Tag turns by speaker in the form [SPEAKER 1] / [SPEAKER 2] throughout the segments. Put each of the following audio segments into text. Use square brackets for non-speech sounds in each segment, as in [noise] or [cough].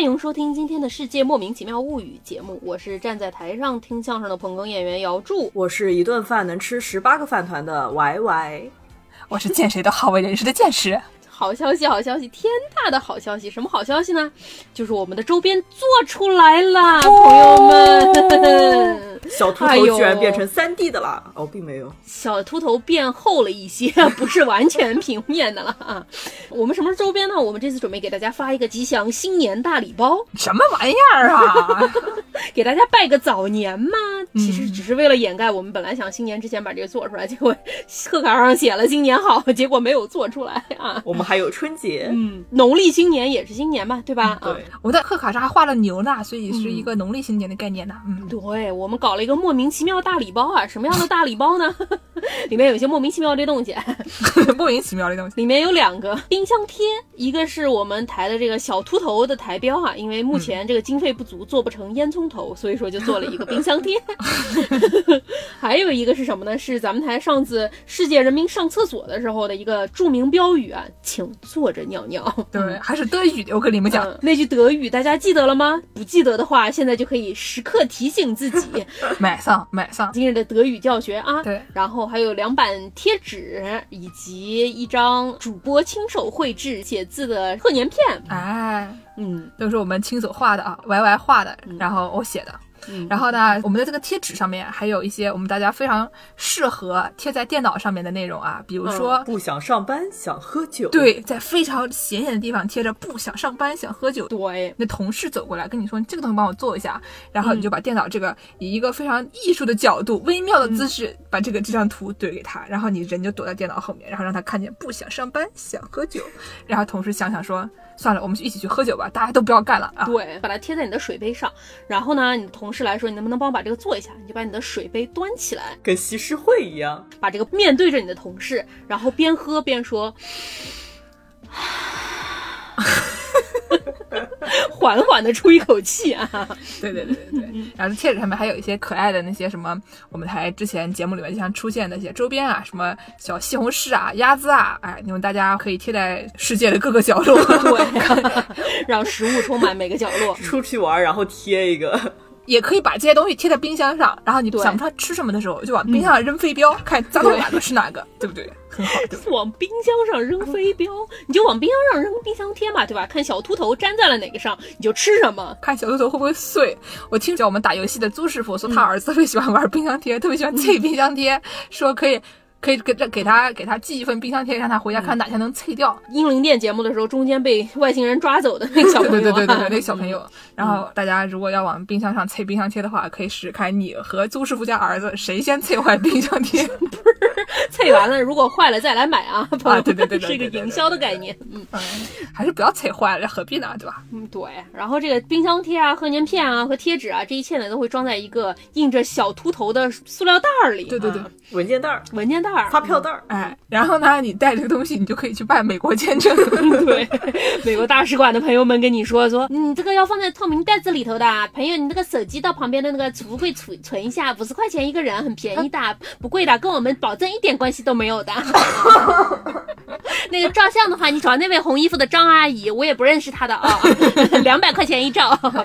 [SPEAKER 1] 迎收听今天的《世界莫名其妙物语》节目，我是站在台上听相声的捧哏演员姚柱。
[SPEAKER 2] 我是一顿饭能吃十八个饭团的 Y Y。
[SPEAKER 3] 我是见谁都好为人师的见识。
[SPEAKER 1] 好消息，好消息！天大的好消息！什么好消息呢？就是我们的周边做出来了，朋友们。
[SPEAKER 2] 小秃
[SPEAKER 1] 哎
[SPEAKER 2] 头
[SPEAKER 1] 呦
[SPEAKER 2] 居然变成三 D 的啦！哦，并没有，
[SPEAKER 1] 小秃头变厚了一些， [laughs] 不是完全平面的了啊。我们什么周边呢？我们这次准备给大家发一个吉祥新年大礼包，
[SPEAKER 3] [laughs] 什么玩意儿啊！ [laughs]
[SPEAKER 1] 给大家拜个早年嘛。其实只是为了掩盖我们本来想新年之前把这个做出来，结果贺卡上写了“新年好”， [laughs] 结果没有做出来啊。
[SPEAKER 2] 我们还有春节。
[SPEAKER 1] 嗯，农历新年也是新年嘛，对吧？啊。
[SPEAKER 2] 嗯对，
[SPEAKER 3] 我在贺卡上还画了牛呢，所以是一个农历新年的概念呢。嗯，
[SPEAKER 1] 啊
[SPEAKER 3] [laughs]
[SPEAKER 1] 对我们搞了一个莫名其妙大礼包啊，什么样的大礼包呢？ [laughs] 里面有一些莫名其妙的东西，
[SPEAKER 3] 莫名其妙的东西。
[SPEAKER 1] 里面有两个冰箱贴，一个是我们台的这个小秃头的台标啊，因为目前这个经费不足，做不成烟囱头，所以说就做了一个冰箱贴。 [laughs] 还有一个是什么呢？是咱们台上次世界人民上厕所的时候的一个著名标语啊，请坐着尿尿。
[SPEAKER 3] 对，还是德语的，我跟你们讲，
[SPEAKER 1] 嗯那句德语大家记得了吗？不记得的话，现在就可以时刻提醒自己。
[SPEAKER 3] 买
[SPEAKER 1] [laughs]
[SPEAKER 3] 上买上。
[SPEAKER 1] 今日的德语教学啊，
[SPEAKER 3] 对，
[SPEAKER 1] 然后还有两版贴纸以及一张主播亲手绘制写字的贺年片，
[SPEAKER 3] 哎，
[SPEAKER 1] 嗯
[SPEAKER 3] 都是我们亲手画的啊，Y Y 画的，然后我写的。
[SPEAKER 1] 嗯，
[SPEAKER 3] 然后呢，我们的这个贴纸上面还有一些我们大家非常适合贴在电脑上面的内容啊，比如
[SPEAKER 1] 嗯
[SPEAKER 3] 说，
[SPEAKER 2] 不想上班，想喝酒。，
[SPEAKER 3] 对，在非常显眼的地方贴着“不想上班，想喝酒”
[SPEAKER 1] 对，
[SPEAKER 3] 那同事走过来跟你说：“你这个东西帮我做一下。”然后
[SPEAKER 1] 嗯
[SPEAKER 3] 你就把电脑这个以一个非常艺术的角度、微妙的姿势，把这个这张图怼给他，然后你人就躲在电脑后面，然后让他看见不想上班，想喝酒。然后同事想想说：“算了，我们就一起去喝酒吧，大家都不要干了啊。”
[SPEAKER 1] 对，把它贴在你的水杯上。然后呢，你的同事来说，你能不能帮我把这个做一下？你就把你的水杯端起来，
[SPEAKER 2] 跟西施会一样。
[SPEAKER 1] 把这个面对着你的同事，然后边喝边说。 [laughs] 缓缓的出一口气啊！
[SPEAKER 3] 对对对对对。然后贴纸上面还有一些可爱的那些什么，我们台之前节目里面经常出现的一些周边啊，什么小西红柿啊、鸭子啊，哎，你们大家可以贴在世界的各个角落。 [laughs]
[SPEAKER 1] 对，让食物充满每个角落。
[SPEAKER 2] 出去玩，然后贴一
[SPEAKER 3] [laughs]
[SPEAKER 2] 个，
[SPEAKER 3] 也可以把这些东西贴在冰箱上，然后你
[SPEAKER 1] 对
[SPEAKER 3] 想不出来吃什么的时候，就往冰箱上扔飞 [laughs] 镖，看砸到哪个是哪个，嗯对不对？很好，对吧
[SPEAKER 1] 往冰箱上扔飞镖，你就往冰箱上扔冰箱贴嘛，对吧？看小秃头粘在了哪个上，你就吃什么。
[SPEAKER 3] 看小豆豆会不会碎。我听着我们打游戏的朱师傅说，他儿子特别喜欢玩冰箱贴，特别喜欢碎冰箱贴，说可以。可以给他给他给他寄一份冰箱贴，让他回家看哪天能碎掉。
[SPEAKER 1] 英灵殿节目的时候，中间被外星人抓走的那个小
[SPEAKER 3] 对
[SPEAKER 1] 朋
[SPEAKER 3] [laughs] 对
[SPEAKER 1] 友、
[SPEAKER 3] 对
[SPEAKER 1] 啊，
[SPEAKER 3] 对对对，嗯那个小朋友。然后大家如果要往冰箱上碎冰箱贴的话，可以试试看你和朱师傅家儿子谁先碎坏冰箱贴。
[SPEAKER 1] [laughs] 脆完了，如果坏了再来买啊，朋友们
[SPEAKER 3] 对对
[SPEAKER 1] [laughs]
[SPEAKER 3] 对对对对
[SPEAKER 1] 是一个营销的概念。嗯
[SPEAKER 3] 嗯，还是不要碎坏了，何必呢？对吧？
[SPEAKER 1] 嗯，对。然后这个冰箱贴啊、贺年片啊和贴纸啊，这一切呢都会装在一个印着小秃头的塑料袋儿里，
[SPEAKER 3] 对对对
[SPEAKER 1] 啊
[SPEAKER 2] 文件袋儿、
[SPEAKER 1] 文件袋儿、
[SPEAKER 2] 发票袋儿。
[SPEAKER 3] 哎，然后呢，你带这个东西，你就可以去办美国签证。 [laughs]
[SPEAKER 1] [laughs] 对，美国大使馆的朋友们跟你说说，嗯你这个要放在透明袋子里头的，朋友，你那个手机到旁边的那个储物柜储存一下，五十块钱一个人，很便宜的，不贵的，跟我们保证一点关系都没 [laughs] 有的。那个照相的话，你找那位红衣服的张阿姨，我也不认识她的啊、 [laughs] 两百块钱一照，好吧？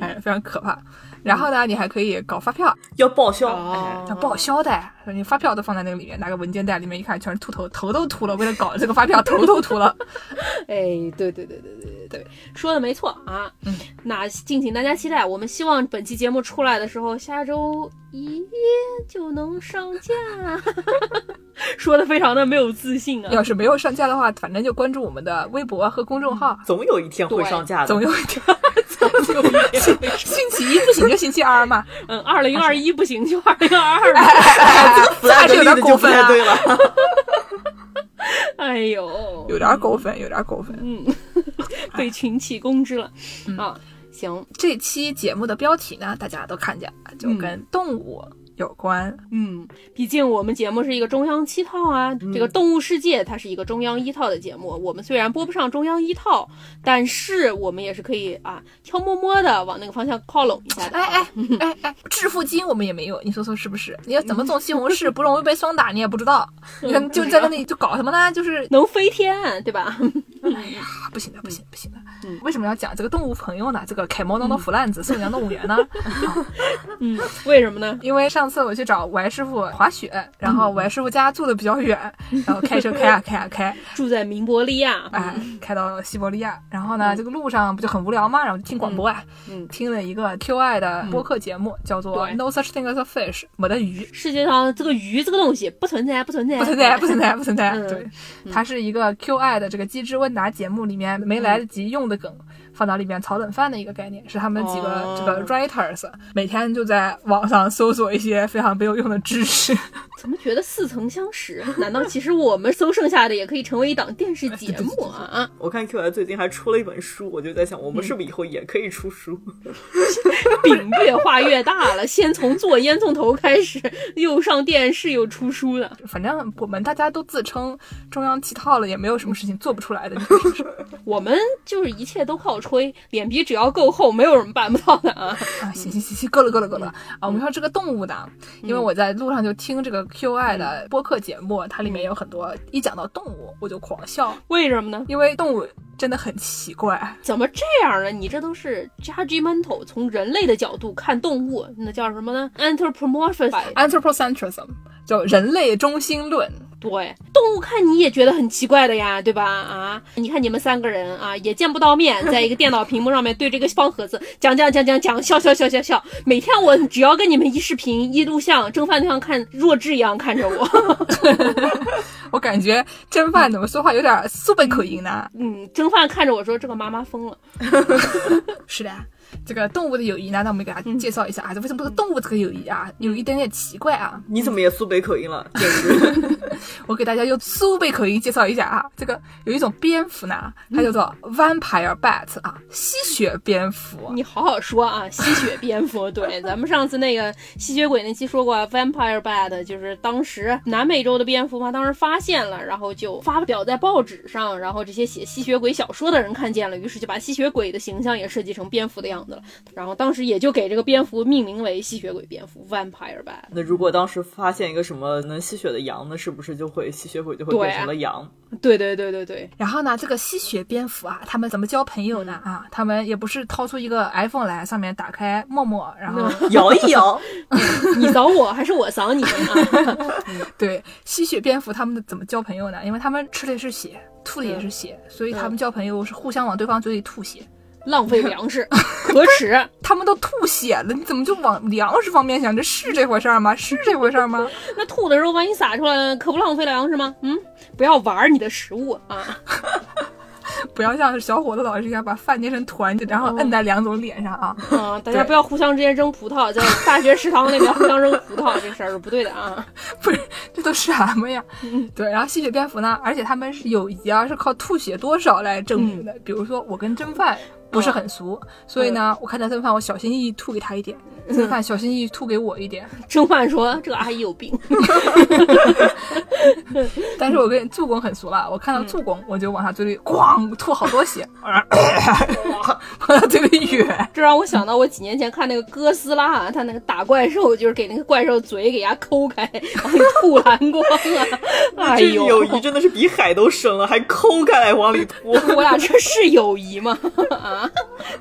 [SPEAKER 3] 哎，非常可怕。然后呢，你还可以搞发票，
[SPEAKER 2] 要报销，
[SPEAKER 1] 哦
[SPEAKER 3] 要报销的，你发票都放在那个里面，拿个文件袋，里面一看全是秃头，头都秃了。为了搞这个发票，头都秃了。
[SPEAKER 1] 哎，对对对对对对对，说的没错啊。嗯，那敬请大家期待，我们希望本期节目出来的时候，下周一就能上架。 [laughs] 说的非常的没有自信啊。
[SPEAKER 3] 要是没有上架的话，反正就关注我们的微博和公众号，
[SPEAKER 2] 哎总有一天会上架的。
[SPEAKER 3] 总有一天。 [laughs] 星期一不行就星期二嘛，
[SPEAKER 1] 嗯，二零
[SPEAKER 3] 啊
[SPEAKER 1] 二一不行就二零二二吧。
[SPEAKER 2] [laughs]
[SPEAKER 3] [laughs] 还是有点
[SPEAKER 2] 立的
[SPEAKER 3] 过
[SPEAKER 2] 就不
[SPEAKER 3] 分
[SPEAKER 2] 太
[SPEAKER 3] 啊，
[SPEAKER 2] 对了。 [laughs]
[SPEAKER 1] 哎呦，
[SPEAKER 3] 有点过分，有点过分。
[SPEAKER 1] 嗯，被群起攻之了、
[SPEAKER 3] 嗯
[SPEAKER 1] 啊。行，
[SPEAKER 3] 这期节目的标题呢，大家都看见了，就跟动物。有关。
[SPEAKER 1] 嗯，毕竟我们节目是一个中央七套啊，
[SPEAKER 3] 嗯
[SPEAKER 1] 这个《动物世界》它是一个中央一套的节目。我们虽然播不上中央一套，但是我们也是可以啊，悄摸摸的往那个方向靠拢一下的。
[SPEAKER 3] 哎哎哎哎，致富经我们也没有，你说说是不是？你要怎么种西红柿不容易被霜打，你也不
[SPEAKER 1] [laughs]
[SPEAKER 3] 知道，
[SPEAKER 1] 嗯
[SPEAKER 3] 你看就在那里就搞什么呢？就是
[SPEAKER 1] 能飞天，对吧？ [laughs]
[SPEAKER 3] 啊，不行的，不行，不行的。
[SPEAKER 1] 嗯
[SPEAKER 3] 为什么要讲这个动物朋友呢？这个楷模当当腐烂子，宋阳动
[SPEAKER 1] [laughs]
[SPEAKER 3] 物园呢？
[SPEAKER 1] 嗯，为什么呢？
[SPEAKER 3] 因为上次我去找歪师傅滑雪，然
[SPEAKER 1] 嗯
[SPEAKER 3] 后歪师傅家住的比较远，
[SPEAKER 1] [laughs]
[SPEAKER 3] 然后开车开啊开啊开，
[SPEAKER 1] 住在明伯利亚，
[SPEAKER 3] 哎，开到西伯利亚。然后呢，这个路上不就很无聊吗？然后就听广播啊，
[SPEAKER 1] 嗯嗯嗯嗯
[SPEAKER 3] 听了一个 QI 的播客节目，叫做
[SPEAKER 1] 对
[SPEAKER 3] No Such Thing as a Fish，没得鱼。
[SPEAKER 1] 世界上这个鱼这个东西不存在，不存在，
[SPEAKER 3] 不存在，不存在，不存在。
[SPEAKER 1] 嗯
[SPEAKER 3] 对，它是一个 QI 的这个机智问答节目里面没来得及用的梗，放到里面炒冷饭的一个概念，是他们几个
[SPEAKER 1] 哦
[SPEAKER 3] 这个 writers 每天就在网上搜索一些非常没有用的知识。 [laughs]
[SPEAKER 1] 怎么觉得似曾相识？难道其实我们搜剩下的也可以成为一档电视节目
[SPEAKER 3] [laughs]
[SPEAKER 1] 啊？
[SPEAKER 2] 我看 Q I 最近还出了一本书，我就在想，我们是不是以后也可以出
[SPEAKER 3] [laughs]
[SPEAKER 2] 书？
[SPEAKER 1] [laughs] 饼越画越大了，先从做烟囱头开始，又上电视又出书了。
[SPEAKER 3] 反正我们大家都自称中央七套了，也没有什么事情做不出来的。
[SPEAKER 1] [laughs] 我们就是一切都靠吹，脸皮只要够厚，没有人办不到的啊。 [laughs]
[SPEAKER 3] 啊，行行行行，够了够了够了、啊！
[SPEAKER 1] 嗯
[SPEAKER 3] 我们说这个动物呢，因为我在路上就听这个 QI 的播客节目，它里
[SPEAKER 1] 嗯
[SPEAKER 3] 面有很多一讲到动物我就狂笑，
[SPEAKER 1] 为什么呢？
[SPEAKER 3] 因为动物真的很奇怪。
[SPEAKER 1] 怎么这样呢？你这都是 judgmental，从人类的角度看动物，那叫什么呢？anthropomorphism。啊
[SPEAKER 3] anthropocentrism，就人类中心论。
[SPEAKER 1] 对，动物看你也觉得很奇怪的呀，对吧？啊，你看你们三个人啊，也见不到面，在一个电脑屏幕上面对这个方盒子讲讲讲讲讲，笑笑笑笑笑。每天我只要跟你们一视频一录像，蒸饭就像看弱智一样看着我。 [laughs]
[SPEAKER 3] 我感觉真饭怎么说话有点苏北口音呢？
[SPEAKER 1] 嗯，蒸饭看着我说这个妈妈疯了。
[SPEAKER 3] 是的。这个动物的友谊呢，那我们给大家介绍一下啊，这为什么这个动物这个友谊啊，有一点点奇怪啊？
[SPEAKER 2] 你怎么也苏北口音了？简直！
[SPEAKER 3] 我给大家用苏北口音介绍一下啊，这个有一种蝙蝠呢，它叫做 vampire bat 啊，吸血蝙蝠。
[SPEAKER 1] 你好好说啊，吸血蝙蝠。 [laughs] 对，咱们上次那个吸血鬼那期说过啊，Vampire Bat，就是当时南美洲的蝙蝠嘛，当时发现了，然后就发表在报纸上，然后这些写吸血鬼小说的人看见了，于是就把吸血鬼的形象也设计成蝙蝠的样子了。然后当时也就给这个蝙蝠命名为吸血鬼蝙蝠 Vampire Bat。
[SPEAKER 2] 那如果当时发现一个什么能吸血的羊，那是不是就会吸血鬼就会
[SPEAKER 1] 对啊
[SPEAKER 2] 变成了羊？
[SPEAKER 1] 对对对对对，
[SPEAKER 3] 然后呢，这个吸血蝙蝠啊，他们怎么交朋友呢？啊，他们也不是掏出一个 iPhone 来，上面打开陌陌，然后
[SPEAKER 2] 摇一摇，
[SPEAKER 1] [laughs] 你扫我还是我扫你 [laughs] 啊？
[SPEAKER 3] 对，吸血蝙蝠他们怎么交朋友呢？因为他们吃的也是血，吐的也是血，所以他们交朋友是互相往对方嘴里吐血。
[SPEAKER 1] 浪费粮食，可耻。
[SPEAKER 3] 他们都吐血了，你怎么就往粮食方面想？这是这回事儿吗？是这回事儿吗？ [laughs]
[SPEAKER 1] 那吐的时候万一撒出来，可不浪费粮食吗？嗯，不要玩你的食物啊。
[SPEAKER 3] 不要像小伙子老师一样把饭捏成团，然后摁在梁总脸上啊！
[SPEAKER 1] [laughs] 啊，大家
[SPEAKER 3] 对
[SPEAKER 1] 不要互相之间扔葡萄，在大学食堂那边互相扔葡萄，这事儿是不对的啊。
[SPEAKER 3] 不是，这都是什么呀？对，然后吸血蝙蝠呢？而且他们是友谊啊，是靠吐血多少来证明的。比如说，我跟蒸饭不是很熟，所以呢，我看到蒸饭，我小心翼翼吐给他一点，蒸饭小心翼翼吐给我一点。
[SPEAKER 1] 蒸饭说这个阿姨有病，
[SPEAKER 3] 但是我跟助攻很熟了，我看到助攻，我就往他嘴里咣吐好多血， [laughs] 往他嘴里哕。
[SPEAKER 1] 这让我想到我几年前看那个哥斯拉，啊，他那个打怪兽就是给那个怪兽嘴给它抠开，然后吐蓝光啊。哎
[SPEAKER 2] 这友
[SPEAKER 1] 呦，
[SPEAKER 2] 谊真的是比海都深了，还抠开
[SPEAKER 1] [laughs]
[SPEAKER 2] 来往里拖。
[SPEAKER 1] 我俩这是友谊吗？啊，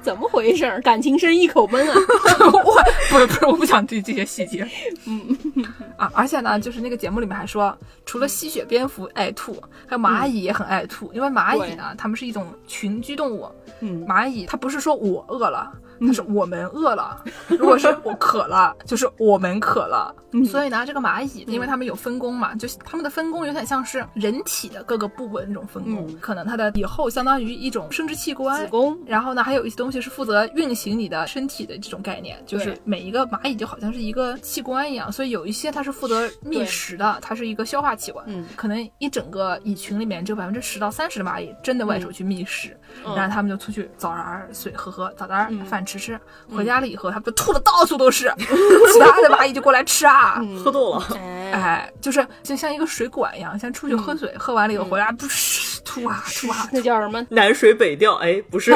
[SPEAKER 1] 怎么回事儿？感情深一口闷啊！
[SPEAKER 3] [laughs] 我不是不是，我不想对这些细节。嗯啊，而且呢，就是那个节目里面还说，除了吸血蝙蝠爱吐，还有蚂蚁也很爱吐，因为蚂蚁呢，它们是一种群居动物。
[SPEAKER 1] 嗯
[SPEAKER 3] 蚂蚁它不是说我饿了。它是我们饿了，如果是我渴
[SPEAKER 1] [laughs]
[SPEAKER 3] 了，就是我们渴了。
[SPEAKER 1] 嗯
[SPEAKER 3] 所以呢，这个蚂蚁，因为它们有分工嘛，就是它们的分工有点像是人体的各个部位那种分工，可能它的以后相当于一种生殖器官，
[SPEAKER 1] 嗯子宫
[SPEAKER 3] 然后呢，还有一些东西是负责运行你的身体的这种概念，就是
[SPEAKER 1] 对
[SPEAKER 3] 每一个蚂蚁就好像是一个器官一样，所以有一些它是负责觅
[SPEAKER 1] 对
[SPEAKER 3] 食的，它是一个消化器官。
[SPEAKER 1] 嗯
[SPEAKER 3] 可能一整个蚁群里面只有百分之十到三十的蚂蚁真的外出去觅食，啊
[SPEAKER 1] 嗯
[SPEAKER 3] 然后它们就出去找点儿水喝喝，找点儿
[SPEAKER 1] 嗯
[SPEAKER 3] 饭吃吃。回家了以后，他们就吐的到处
[SPEAKER 1] [laughs]
[SPEAKER 3] 都是，其他的蚂蚁就过来吃啊。
[SPEAKER 1] 嗯
[SPEAKER 2] 喝多了，
[SPEAKER 1] 哎，
[SPEAKER 3] 哎，就是就像一个水管一样，先出去喝水，喝完了以后回来，不是吐啊吐啊。
[SPEAKER 1] 那叫什么？
[SPEAKER 2] 南水北调，哎，不
[SPEAKER 1] [laughs]
[SPEAKER 2] 是，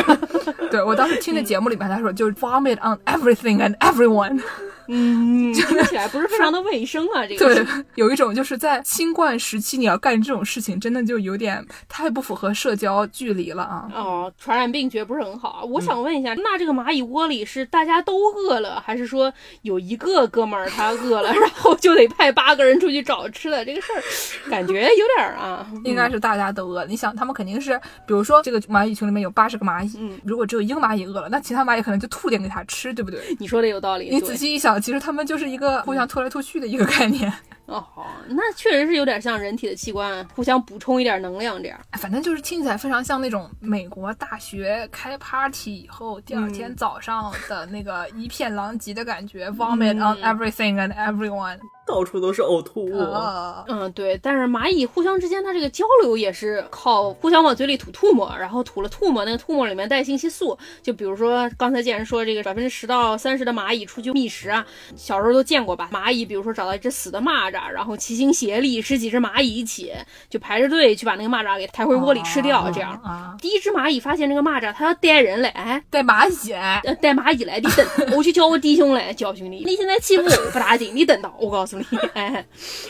[SPEAKER 3] 对我当时听那节目里面他说，就是 vomit on everything and everyone。
[SPEAKER 1] 嗯，听起来不是非常的卫生啊，这个
[SPEAKER 3] 对
[SPEAKER 1] 是。，
[SPEAKER 3] 有一种就是在新冠时期，你要干这种事情，真的就有点太不符合社交距离了啊。
[SPEAKER 1] 哦，传染病学不是很好啊。
[SPEAKER 3] 嗯
[SPEAKER 1] 我想问一下，那这个蚂蚁窝里是大家都饿了，还是说有一个哥们儿他饿
[SPEAKER 3] [laughs]
[SPEAKER 1] 了，然后就得派八个人出去找吃的？这个事儿感觉有点儿
[SPEAKER 3] [laughs]
[SPEAKER 1] 啊，
[SPEAKER 3] 应该是大家都饿了。你想，他们肯定是，比如说这个蚂蚁群里面有八十个蚂蚁，
[SPEAKER 1] 嗯
[SPEAKER 3] 如果只有一个蚂蚁饿了，那其他蚂蚁可能就吐点给它吃，对不对？
[SPEAKER 1] 你说的有道理。
[SPEAKER 3] 你
[SPEAKER 1] 对
[SPEAKER 3] 仔细一想，其实他们就是一个互相拖来拖去的一个概念。
[SPEAKER 1] 哦，那确实是有点像人体的器官，互相补充一点能量这样。
[SPEAKER 3] 哎反正就是听起来非常像那种美国大学开 party 以后，第二
[SPEAKER 1] 嗯
[SPEAKER 3] 天早上的那个一片狼藉的感觉、v o m i t
[SPEAKER 1] 嗯
[SPEAKER 3] on everything and everyone。
[SPEAKER 2] 到处都是呕吐物。
[SPEAKER 3] 啊
[SPEAKER 1] 嗯，对。但是蚂蚁互相之间它这个交流也是靠互相往嘴里吐吐沫，然后吐了吐沫，那个吐沫里面带信息素。就比如说刚才见人说这个百分之十到三十的蚂蚁出去觅食啊，小时候都见过吧？蚂蚁比如说找到一只死的蚂蚱，然后齐心协力十几只蚂蚁一起就排着队去把那个蚂蚱给抬回窝里吃掉，这样。
[SPEAKER 3] 啊，
[SPEAKER 1] 第一只蚂蚁发现这个蚂蚱，它要逮人来，哎，
[SPEAKER 3] 带蚂蚁哎
[SPEAKER 1] 呃，带蚂蚁来，你等，我去叫我弟兄来教训你。你现在欺负我不打紧，你等到，我告诉你，哎，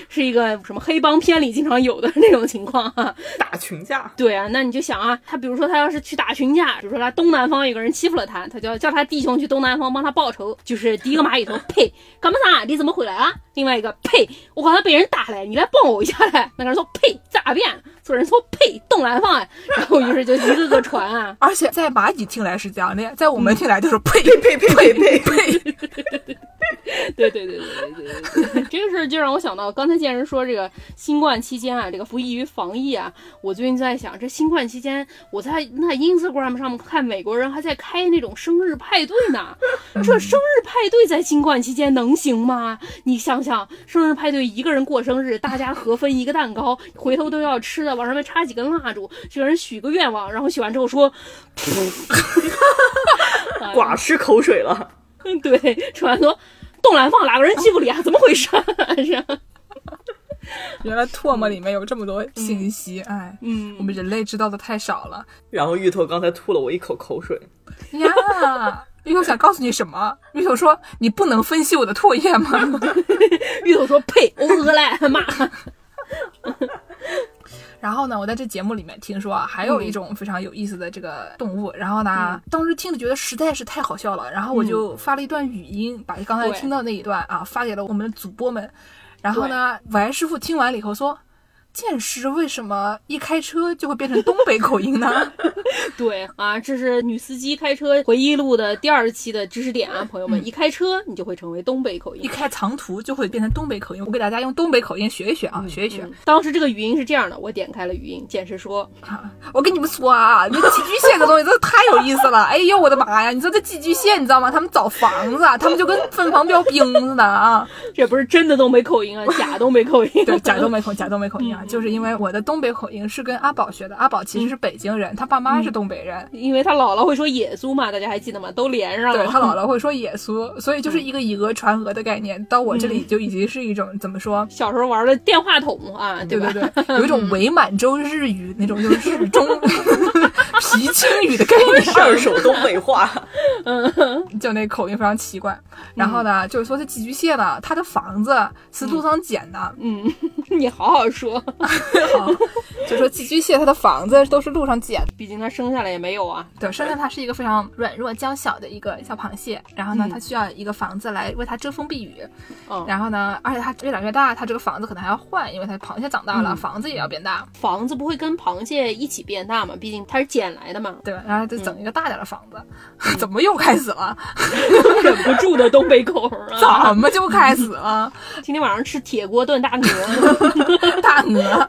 [SPEAKER 1] 是一个什么黑帮片里经常有的 [laughs] 那种情况哈、
[SPEAKER 2] 打群架，
[SPEAKER 1] 对啊，那你就想啊，他比如说他要是去打群架，比如说他东南方有个人欺负了他，他就要叫他弟兄去东南方帮他报仇。就是第一个蚂蚁说，呸，干嘛啥？你怎么回来啊？另外一个，呸，我刚才被人打了，你来帮我一下来。那个人说，呸，咋变？有人说，呸，东南方啊。然后于是就一个个传啊，
[SPEAKER 3] 而且在蚂蚁听来是这样的，在我
[SPEAKER 1] 嗯
[SPEAKER 3] 们听来就是呸
[SPEAKER 2] 呸呸呸呸呸，
[SPEAKER 1] [laughs] 对对对对对对对， [laughs] 这个事儿就让我想到，刚才见人说这个新冠期间啊，这个不易于防疫啊，我最近在想，这新冠期间，我在那 Instagram 上面看美国人还在开那种生日派对 [laughs] 呢，这生日派对在新冠期间能行吗？你想想，生日派对一个人过生日，大家合分一个蛋糕，回头都要吃的，往上面插几根蜡烛，许人许个愿望，然后许完之后说，
[SPEAKER 2] 寡吃口水了。
[SPEAKER 1] 嗯，对， [laughs] 吃完说。东南方哪个人欺负你啊？怎么回事、啊？ [laughs] 是吧
[SPEAKER 3] 原来唾沫里面有这么多信息，哎，
[SPEAKER 1] 嗯
[SPEAKER 3] 我们人类知道的太少了
[SPEAKER 2] 然后芋头刚才吐了我一口
[SPEAKER 1] [laughs]
[SPEAKER 2] 口水，
[SPEAKER 3] 呀。芋头想告诉你什么？芋头说：“你不能分析我的唾液吗
[SPEAKER 1] 芋头说：“呸，我饿了，骂。？”
[SPEAKER 3] 然后呢，我在这节目里面听说啊，还有一种非常有意思的这个动物。然后呢，当时听着觉得实在是太好笑了，然后我就发了一段语音，把刚才
[SPEAKER 1] 对
[SPEAKER 3] 听到那一段啊发给了我们的主播们。然后呢，婉师傅听完了以后说：“剑师为什么一开车就会变成东北口音呢？”
[SPEAKER 1] [laughs]
[SPEAKER 3] [laughs]
[SPEAKER 1] 对啊，这是女司机开车回忆录的第二期的知识点啊，朋友们，一开车你就会成为东北口
[SPEAKER 3] 嗯一
[SPEAKER 1] 音。
[SPEAKER 3] 开长途就会变成东北口音。我给大家用东北口音学一学啊，学一学、
[SPEAKER 1] 嗯当时这个语音是这样的，我点开了语音，简直说，
[SPEAKER 3] 啊！ [laughs] 我跟你们说啊，那寄居蟹这东西真的太有意思了。 [laughs] 哎呦我的妈呀！你说这寄居蟹，你知道吗？他们找房子，啊， [laughs] 他们就跟分房标兵似的啊。
[SPEAKER 1] 这不是真的东北口音啊，假东北口音。
[SPEAKER 3] [laughs] 对，假东北口，假东北口音啊，就是因为我的东北口音是跟阿宝学的。阿宝其实是北京人，他爸妈是东北人。
[SPEAKER 1] [laughs] 因为他姥姥会说野猪嘛，大家还记得吗？都连上
[SPEAKER 3] 对
[SPEAKER 1] 了。
[SPEAKER 3] 他姥姥会说野苏，所以就是一个以讹传讹的概念，到我这里就已经是一种怎么说？
[SPEAKER 1] 小时候玩的电话筒啊，
[SPEAKER 3] 对
[SPEAKER 1] 吧？
[SPEAKER 3] 对对，有一种伪满洲日语那种，就是日中 [laughs] 皮青语的概
[SPEAKER 2] 二手东北话，
[SPEAKER 3] 念，就那口音非常奇怪。然后呢，就是说这寄居蟹呢，它的房子是路上捡的，
[SPEAKER 1] 嗯， [laughs] 你好好说，
[SPEAKER 3] 好就说寄居蟹它的房子都是路上捡的。
[SPEAKER 1] 毕竟他生下来也没有啊。
[SPEAKER 3] 对，生蛋它是一个非常软弱娇小的一个小螃蟹，然后呢，它需要一个房子来为它遮风避雨。
[SPEAKER 1] 嗯，
[SPEAKER 3] 然后呢，而且它越长越大，它这个房子可能还要换，因为它螃蟹长大了，房子也要变大。
[SPEAKER 1] 房子不会跟螃蟹一起变大嘛，毕竟它是捡来的嘛。 [laughs]
[SPEAKER 3] 对，然后就整一个大点的房子， [laughs] 怎么又开始了？
[SPEAKER 1] 忍不住的东北口儿啊。
[SPEAKER 3] 怎么就开始了？
[SPEAKER 1] 今天晚上吃铁锅炖大鹅。
[SPEAKER 3] [laughs] 大鹅。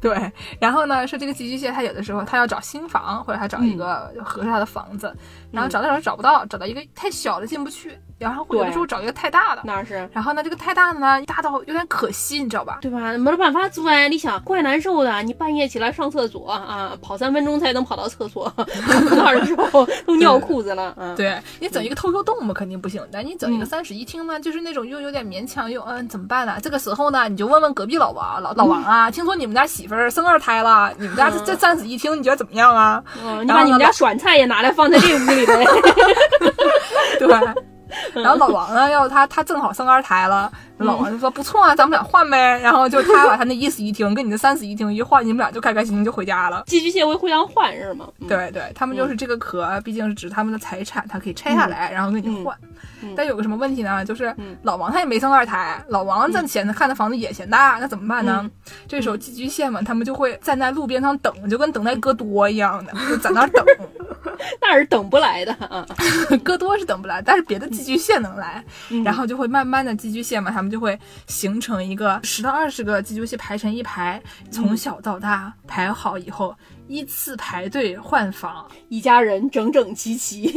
[SPEAKER 3] 对，然后呢，说这个寄居蟹，它有的时候它要找新房，或者它找一个合适它的房子，然后找到时候找不到，找到一个太小了进不去，然后有的时候找一个太大的，
[SPEAKER 1] [laughs] 那是。
[SPEAKER 3] 然后呢，这个太大的呢，大到有点可惜，你知道吧？
[SPEAKER 1] 对吧？没办法做哎，你想怪难受的，你半夜起来上厕所啊，跑三分钟才能跑到厕所， [laughs] 那儿的时候都尿裤子了啊。
[SPEAKER 3] 嗯对你整一个偷偷洞，我们肯定不行但你整一个三室一厅呢，就是那种又有点勉强，又嗯怎么办呢？这个时候呢，你就问问隔壁老王，老老王啊，听说你们家媳妇儿生二胎了，你们家这这三室一厅，你觉得怎么样啊？
[SPEAKER 1] 嗯，你把你们家爽菜也拿来放在这屋里
[SPEAKER 3] [laughs]
[SPEAKER 1] 呗。
[SPEAKER 3] 对吧？然后老王呢，要他他正好生二胎了，老王就说不错啊，咱们俩换呗。然后就他把他那一室一厅跟你的三室一厅一换，你们俩就开开心心就回家了。
[SPEAKER 1] 寄居蟹会互相换是吗？嗯，
[SPEAKER 3] 对对，他们就是这个壳，毕竟是指他们的财产，他可以拆下来，然后跟你换。
[SPEAKER 1] 嗯
[SPEAKER 3] 但有个什么问题呢？就是
[SPEAKER 1] 嗯
[SPEAKER 3] 老王他也没生二胎，老王挣钱，他看的房子也嫌大，那怎么办
[SPEAKER 1] 嗯
[SPEAKER 3] 呢？这时候寄居蟹们他们就会站在路边上等，就跟等待戈多一样的，就在那儿等。
[SPEAKER 1] 那是等不来的啊。
[SPEAKER 3] 戈多是等不来，但是别的寄居蟹能来，
[SPEAKER 1] 嗯
[SPEAKER 3] 然后就会慢慢的寄居蟹嘛，它们就会形成一个十到二十个寄居蟹排成一排，从小到大排好以后，依次排队换房，
[SPEAKER 1] [laughs] 一家人整整齐
[SPEAKER 3] [laughs]
[SPEAKER 1] 齐。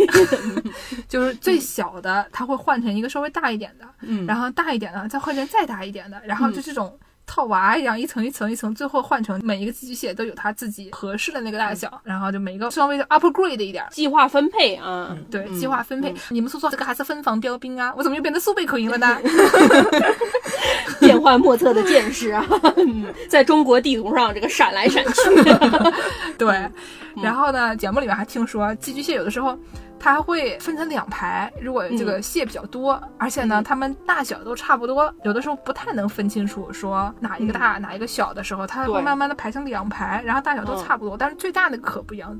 [SPEAKER 3] 就是最小的它会换成一个稍微大一点的，
[SPEAKER 1] 嗯
[SPEAKER 3] 然后大一点的再换成再大一点的，然后
[SPEAKER 1] 嗯
[SPEAKER 3] 就这种。套娃一样，一层一层一层，最后换成每一个寄居蟹都有它自己合适的那个大
[SPEAKER 1] 嗯
[SPEAKER 3] 小，然后就每一个稍微就 upgrade 一点儿，
[SPEAKER 1] 计划分配啊，
[SPEAKER 3] 对，
[SPEAKER 1] 嗯
[SPEAKER 3] 计划分配。你们说说这个还是分房标兵啊？我怎么又变成苏北口音了呢？
[SPEAKER 1] 变幻莫测的见识啊， [laughs] 嗯在中国地图上这个闪来
[SPEAKER 3] [laughs]
[SPEAKER 1] 闪去。
[SPEAKER 3] 对，
[SPEAKER 1] 嗯
[SPEAKER 3] 然后呢，节目里面还听说寄居蟹有的时候。它还会分成两排，如果这
[SPEAKER 1] 嗯
[SPEAKER 3] 个蟹比较多，而且呢，它们大小都差不多，有的时候不太能分清楚说哪一个大、哪一个小的时候，它会
[SPEAKER 1] 嗯对嗯
[SPEAKER 3] 慢慢的排成两排，然后大小都差不多，但是最大的壳不一样，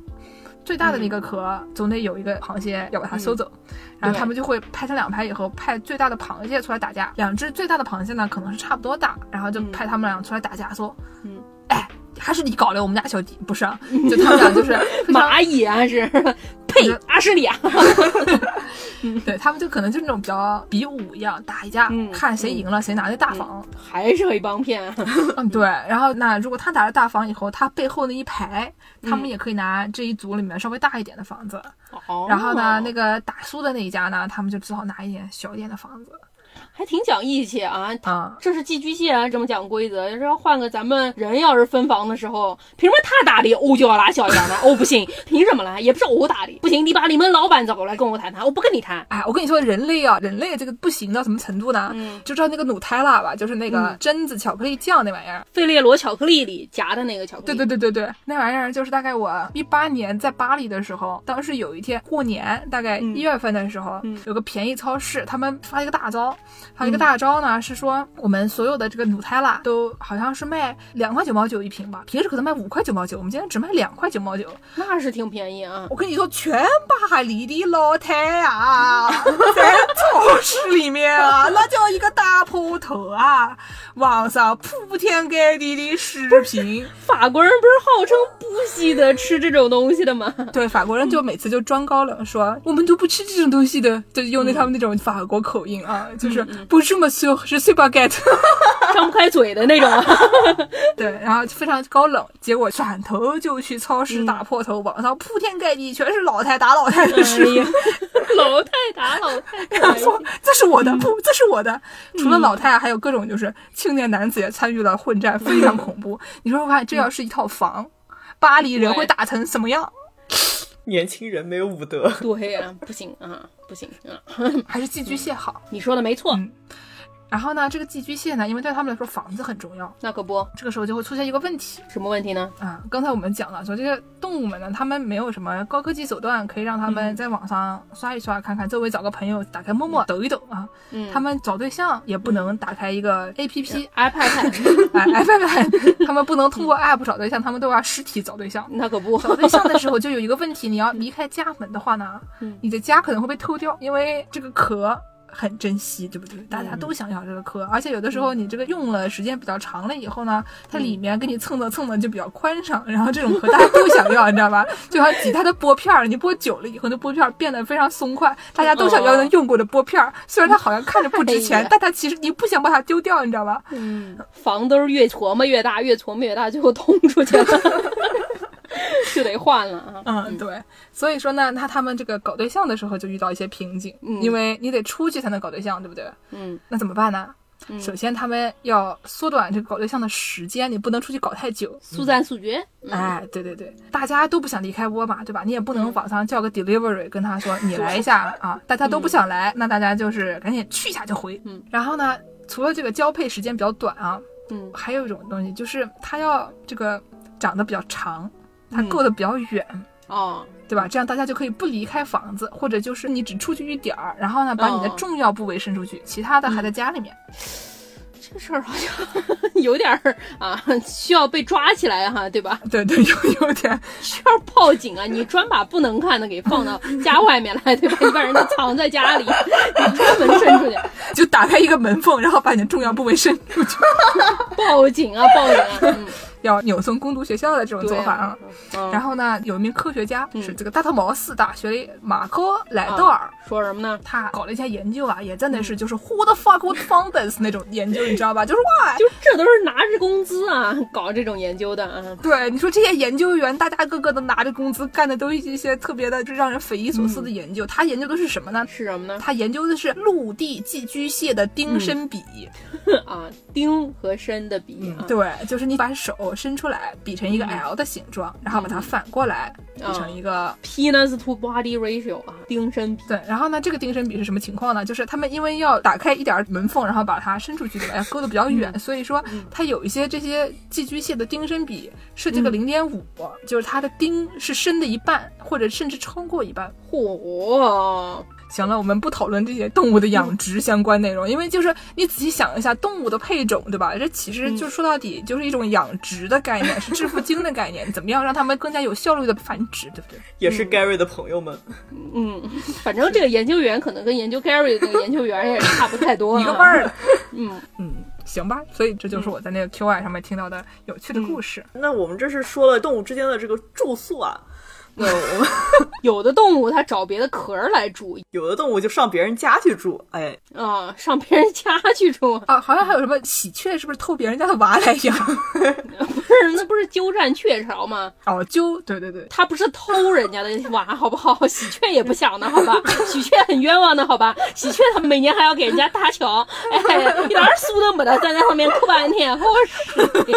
[SPEAKER 3] 最大的那个壳总得有一个螃蟹要把它收走，然后
[SPEAKER 1] 嗯对
[SPEAKER 3] 他们就会拍成两排以后，派最大的螃蟹出来打架，两只最大的螃蟹呢可能是差不多大，然后就
[SPEAKER 1] 嗯
[SPEAKER 3] 派他们俩出来打架，说，
[SPEAKER 1] 嗯，
[SPEAKER 3] 哎，还是你搞的我们家
[SPEAKER 1] [laughs]
[SPEAKER 3] 小弟，不是啊，就他们俩就是非常
[SPEAKER 1] 蚂蚁啊是， [laughs] 呸，阿啊什利亚。
[SPEAKER 3] 对他们就可能就是那种比较比武一样打一架，
[SPEAKER 1] 嗯
[SPEAKER 3] 看谁赢了、谁拿那大房。
[SPEAKER 1] 还是黑帮啊片，
[SPEAKER 3] [laughs] 嗯，对。然后那如果他拿了大房以后，他背后那一排，他们也可以拿这一组里面稍微大一点的房子。
[SPEAKER 1] 哦
[SPEAKER 3] 然后呢，那个打输的那一家呢，他们就只好拿一点小一点的房子。
[SPEAKER 1] 还挺讲义气啊。
[SPEAKER 3] 啊、
[SPEAKER 1] 这是寄居蟹啊，这么讲规则。要是要换个咱们人，要是分房的时候，凭什么他打的，我就要拿小一点的？我不信，凭什么啦？也不是我打的，不行，你把你们老板找过来跟我谈谈，我不跟你谈。
[SPEAKER 3] 哎，我跟你说，人类啊，人类这个不行到什么程度呢？
[SPEAKER 1] 嗯
[SPEAKER 3] 就知道那个努泰拉吧，就是那个
[SPEAKER 1] 嗯
[SPEAKER 3] 榛子巧克力酱那玩意儿。
[SPEAKER 1] 费列罗巧克力里夹的那个巧克力，
[SPEAKER 3] 对对对对对，那玩意儿就是大概我一八年在巴黎的时候，当时有一天过年，大概
[SPEAKER 1] 嗯
[SPEAKER 3] 一月份的时候，
[SPEAKER 1] 嗯
[SPEAKER 3] 有个便宜超市，他们发一个大招，发一个大招呢、是说我们所有的这个努泰拉都好像是卖两块九毛九一瓶吧，平时可能卖五块九毛九，我们今天只卖两块九毛九。
[SPEAKER 1] 那是挺便宜啊。
[SPEAKER 3] 我跟你说，全巴黎的老太
[SPEAKER 1] [laughs]
[SPEAKER 3] 啊，在超市里面啊，那叫一个大铺头啊，网上铺天盖地的视频。
[SPEAKER 1] 法国人不是号称不惜得吃这种东西的吗？ [laughs]
[SPEAKER 3] 对，法国人就每次就装高冷说，我们都不吃这种东西的，就是用那他们那种法国口音啊，就是不是 m o n 是 s u p e r g e t
[SPEAKER 1] 张不开嘴的那
[SPEAKER 3] [laughs]
[SPEAKER 1] 种。
[SPEAKER 3] 对，然后非常高冷，结果转头就去超市打破头，网上铺天盖地全是老太打老太的
[SPEAKER 1] 哎
[SPEAKER 3] 视频，
[SPEAKER 1] [laughs] 老太打老太
[SPEAKER 3] [laughs] 然
[SPEAKER 1] 打
[SPEAKER 3] 后，说这是我的，不，这是我的。除了老太啊太，还有各种就是青年男子也参与了混战，非常恐怖。你说我看这要是一套房，巴黎人会
[SPEAKER 1] 对
[SPEAKER 3] 打成什么样？
[SPEAKER 2] 年轻人没有武德，
[SPEAKER 1] 对呀、不行啊，不行啊，
[SPEAKER 3] 还是寄居蟹好？
[SPEAKER 1] 你说的没错，
[SPEAKER 3] 嗯然后呢，这个寄居蟹呢，因为对他们来说房子很重要，
[SPEAKER 1] 那可不，
[SPEAKER 3] 这个时候就会出现一个问题
[SPEAKER 1] 什么问题呢？
[SPEAKER 3] 啊。刚才我们讲了，说这些动物们呢，他们没有什么高科技手段可以让他们在网上刷一刷，看看周围找个朋友，打开陌陌抖一抖啊。
[SPEAKER 1] 嗯，
[SPEAKER 3] 他们找对象也不能打开一个 A P P，
[SPEAKER 1] iPad， [laughs]
[SPEAKER 3] 哎哎拜拜，他们不能通过 App 找对象，他们都要实体找对象。
[SPEAKER 1] 那可不，
[SPEAKER 3] 找对象
[SPEAKER 1] [laughs]
[SPEAKER 3] 的时候就有一个问题，你要离开家门的话呢
[SPEAKER 1] 嗯，
[SPEAKER 3] 你的家可能会被偷掉，因为这个壳。很珍惜，对不对？大家都
[SPEAKER 1] 嗯
[SPEAKER 3] 想要这个壳，而且有的时候你这个用了时间比较长了以后呢，它
[SPEAKER 1] 嗯
[SPEAKER 3] 里面给你蹭的蹭的就比较宽敞，然后这种壳大家都想要，你知道吧？就像吉他的拨片儿，你拨久了以后，那拨片儿变得非常松快，大家都想要那用过的拨片儿。虽然它好像看着不值
[SPEAKER 1] 哦哎
[SPEAKER 3] 钱
[SPEAKER 1] 呀，
[SPEAKER 3] 但它其实你不想把它丢掉，你知道吧？
[SPEAKER 1] 嗯，房兜儿越琢磨越大，越琢磨越大，最后通出去了。 [laughs] 就得换了啊。
[SPEAKER 3] 嗯，对，所以说呢，那他们这个搞对象的时候就遇到一些瓶颈，
[SPEAKER 1] 嗯
[SPEAKER 3] 因为你得出去才能搞对象，对不对？
[SPEAKER 1] 嗯，
[SPEAKER 3] 那怎么办呢？
[SPEAKER 1] 嗯
[SPEAKER 3] 首先，他们要缩短这个搞对象的时间，你不能出去搞太久。
[SPEAKER 1] 速战速决。嗯，
[SPEAKER 3] 哎，对对对，大家都不想离开窝嘛，对吧？你也不能
[SPEAKER 1] 嗯
[SPEAKER 3] 网上叫个 delivery 跟他说你来一下啊，大家都不想来，那大家就是赶紧去一下就回。
[SPEAKER 1] 嗯，
[SPEAKER 3] 然后呢，除了这个交配时间比较短啊，
[SPEAKER 1] 嗯
[SPEAKER 3] 还有一种东西就是它要这个长得比较长，它
[SPEAKER 1] 嗯
[SPEAKER 3] 够得比较远。
[SPEAKER 1] 哦，
[SPEAKER 3] 对吧？这样大家就可以不离开房子，或者就是你只出去一点儿，然后呢，把你的
[SPEAKER 1] 哦嗯
[SPEAKER 3] 重要部位伸出去，其他的还在家里面。 [laughs]
[SPEAKER 1] 这个事儿好像 [laughs] 有点儿啊，需要被抓起来哈、对吧？
[SPEAKER 3] 对对，有有点，
[SPEAKER 1] 需要报警啊！你专把不能看的给放到家外面来，对吧？一般人都藏在家里，你专门伸出去
[SPEAKER 3] 就打开一个门缝，然后把你的重要部位伸 [laughs] 出去，
[SPEAKER 1] 报警啊，报警啊！嗯，
[SPEAKER 3] 要扭送攻读学校的这种
[SPEAKER 1] 对
[SPEAKER 3] 做法啊
[SPEAKER 1] 啊。。嗯
[SPEAKER 3] 然后呢，有一名科学家
[SPEAKER 1] 嗯啊
[SPEAKER 3] 是这个大特茅斯大学里马科莱德尔，
[SPEAKER 1] 说什么呢？
[SPEAKER 3] 他搞了一下研究啊，也真
[SPEAKER 1] 嗯
[SPEAKER 3] 的是就是 Who the fuck would found this 那种研究，你知道吧？就是哇，
[SPEAKER 1] 就 [laughs] 这都是拿着工资啊，搞这种研究的啊。
[SPEAKER 3] 对，你说这些研究员，大家个个都拿着工资，干的都是一些特别的，就让人匪夷所
[SPEAKER 1] 嗯
[SPEAKER 3] 思的研究。他研究的是什么呢？
[SPEAKER 1] 是什么呢？
[SPEAKER 3] 他研究的是陆地寄居蟹的丁身比，
[SPEAKER 1] 啊，丁和参的比啊，
[SPEAKER 3] 嗯对，就是你把手伸出来，比成一个 L 的形状，然后把它反过来比
[SPEAKER 1] 啊
[SPEAKER 3] 成一个。
[SPEAKER 1] penis to body ratio 啊，丁身比
[SPEAKER 3] 对，然后呢，这个丁身比是什么情况呢？就是他们因为要打开一点儿门缝，然后把它伸出去，对吧？要勾得比较远，所以说它有一些这些寄居蟹的丁身比是这个零点五，就是它的丁是深的一半，或者甚至超过一半。
[SPEAKER 1] 嚯，
[SPEAKER 3] 行了，我们不讨论这些动物的养殖相关内容，因为就是你仔细想一下，动物的配种，对吧？这其实就说到底就是一种养殖的概念，是致富经的概 [laughs] 念，怎么样让它们更加有效率的繁殖，对不对？
[SPEAKER 2] 也是 Gary 的朋友们，
[SPEAKER 1] 嗯，反正这个研究员可能跟研究 Gary 那个研究员也差不太多、啊，
[SPEAKER 3] 一个味儿。
[SPEAKER 1] 嗯
[SPEAKER 3] 嗯，行吧，所以这就是我在那个 QI 上面听到的有趣的故事。
[SPEAKER 2] 那我们这是说了动物之间的这个住宿啊，那我们
[SPEAKER 1] 有的动物它找别的壳儿来住
[SPEAKER 2] 有的动物就上别人家去住，哎，
[SPEAKER 1] 啊，上别人家去住，
[SPEAKER 3] 啊，好像还有什么喜鹊，是不是偷别人家的娃来养？
[SPEAKER 1] [laughs]
[SPEAKER 3] [laughs]
[SPEAKER 1] 不是那不是鸠占鹊巢吗？
[SPEAKER 3] 哦，就对对对，
[SPEAKER 1] 它不是偷人家的娃， [laughs] 好不好？喜鹊也不想的，好吧？ [laughs] 喜鹊很冤枉的，好吧？喜鹊它每年还要给人家搭桥，哎，一点儿苏都没得，站在上面哭半天，我去，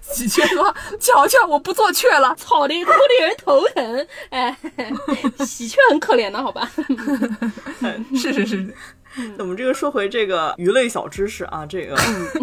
[SPEAKER 3] 喜鹊说：“瞧瞧，我不做雀了。”
[SPEAKER 1] 吵的哭的人头疼，哎，喜鹊很可怜的，好吧？
[SPEAKER 3] 是是是，
[SPEAKER 2] [laughs] 那我们这个说回这个鱼类小知识啊，这
[SPEAKER 3] [laughs]
[SPEAKER 2] 个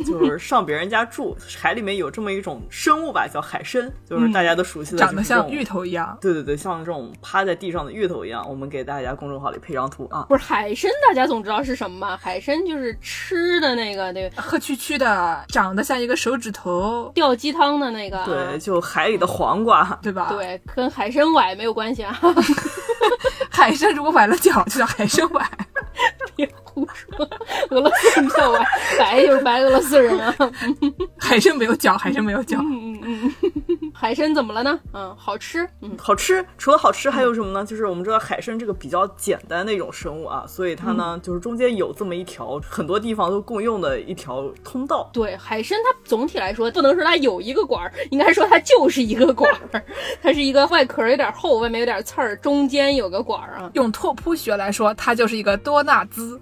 [SPEAKER 2] 就是上别人家住，海里面有这么一种生物吧，叫海参，就是大家都熟悉的，
[SPEAKER 3] 长得
[SPEAKER 2] 就是这
[SPEAKER 3] 像
[SPEAKER 2] 种
[SPEAKER 3] 芋。头一样。
[SPEAKER 2] 对对对，像这种趴在地上的芋头一样，我们给大家公众号里配张图啊。
[SPEAKER 1] 不是海参，大家总知道是什么吧？海参就是吃的那个，对，
[SPEAKER 3] 黑黢黢的，长得像一个手指头，
[SPEAKER 1] 吊鸡汤的那个啊，
[SPEAKER 2] 对，就海里的黄瓜，
[SPEAKER 3] 对吧？，
[SPEAKER 1] 对，跟海参崴没有关系啊， [laughs]
[SPEAKER 3] 海参如果崴了脚，就叫海参崴。
[SPEAKER 1] 别胡说，俄罗斯人叫崴，白就是白俄罗斯人啊。
[SPEAKER 3] [laughs] 海参没有脚，海参没有脚。
[SPEAKER 1] 嗯嗯嗯，海参怎么了呢？嗯，好吃。嗯，
[SPEAKER 2] 好吃。除了好吃，还有什么呢？就是我们知道海参这个比较简单的一种生物啊，所以它呢，
[SPEAKER 3] 嗯
[SPEAKER 2] 就是中间有这么一条很多地方都共用的一条通道。
[SPEAKER 1] 对，海参它总体来说不能说它有一个管儿，应该说它就是一个管儿， [laughs] 它是一个外壳有点厚，外面有点刺儿，中间有个管儿啊，
[SPEAKER 3] 用拓扑学来说，它就是一个多纳兹。